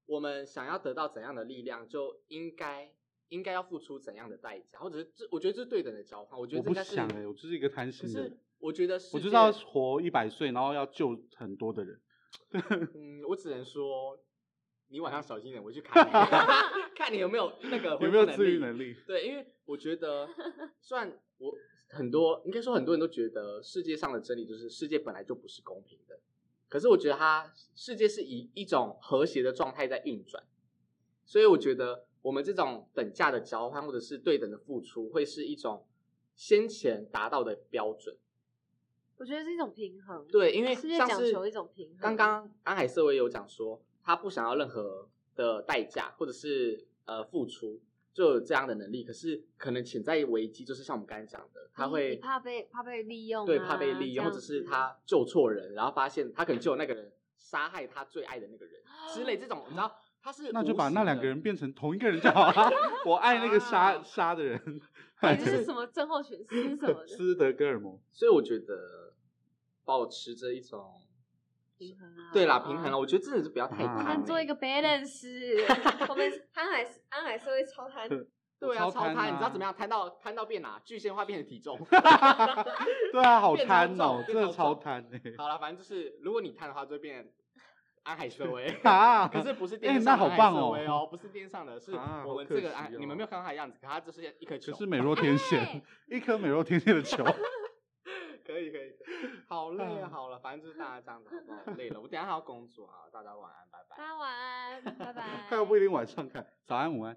我们想要得到怎样的力量，就应该应该要付出怎样的代价，或者是这，我觉得这是对等的交换。我觉得
我
这
不
应该是
想哎，我就是一个贪
可
心的
是
人，
我觉得世
我就
界
是要活一百岁，然后要救很多的人。
嗯，我只能说，你晚上小心点，我去 看你， 看你有没有那个恢
有
复
没有
能
自愈
力
能力？
对，因为我觉得，虽然我很多应该说很多人都觉得世界上的真理就是世界本来就不是公平的，可是我觉得它世界是以一种和谐的状态在运转，所以我觉得我们这种等价的交换或者是对等的付出，会是一种先前达到的标准。
我觉得是一种平衡。，
对，因为
世界
像
讲
是
求一种平衡
刚刚安海社委有讲说，他不想要任何的代价或者是呃付出，就有这样的能力。可是可能潜在危机就是像我们刚才讲的，他
你
会
怕被怕被利用、啊，
对怕被利
这
用，或
样
者是
子
他救错人，然后发现他可能救了那个人，杀害他最爱的那个人
啊
之类这种，你知道他是
那就把
无形
那两
的
个人变成同一个人就好 了。我爱那个杀
啊
杀 的人，
到底是什么症候群，是什么的
斯德哥尔摩。
所以我觉得保持着一种。
平衡啊？
对啦，平衡
啊
了。我觉得真的是不要太
啊
我
贪、
们做一
欸。
个 balance，我 们安海安海是会超贪，
对啊，
我
超
超贪
贪，你知道
啊
怎么样？贪到贪到变哪？具现化变成体重。
对啊，好
变
贪
超
哦
重，
真
变
的
超
超
重
贪哎。。
好了，反正就是如果你贪的话，就会变安海瑟薇
啊！
可是不是
哎
电视
那
上的
好
安海
棒
瑟
哦
薇哦，不是电视上的，是
啊
我们
好可
这个安，
惜哦
你们没有看到他的样子，可他就是一 颗球。
可是美若天仙
哎，
一颗美若天仙的球。
可以可以， 好累啊，
嗯
好了，反正就是大家这样子，好不好？累了，我等一下还要工作啊，大家晚安，拜
大
拜。
家晚安，拜拜。
他又不一定晚上看，早安午安。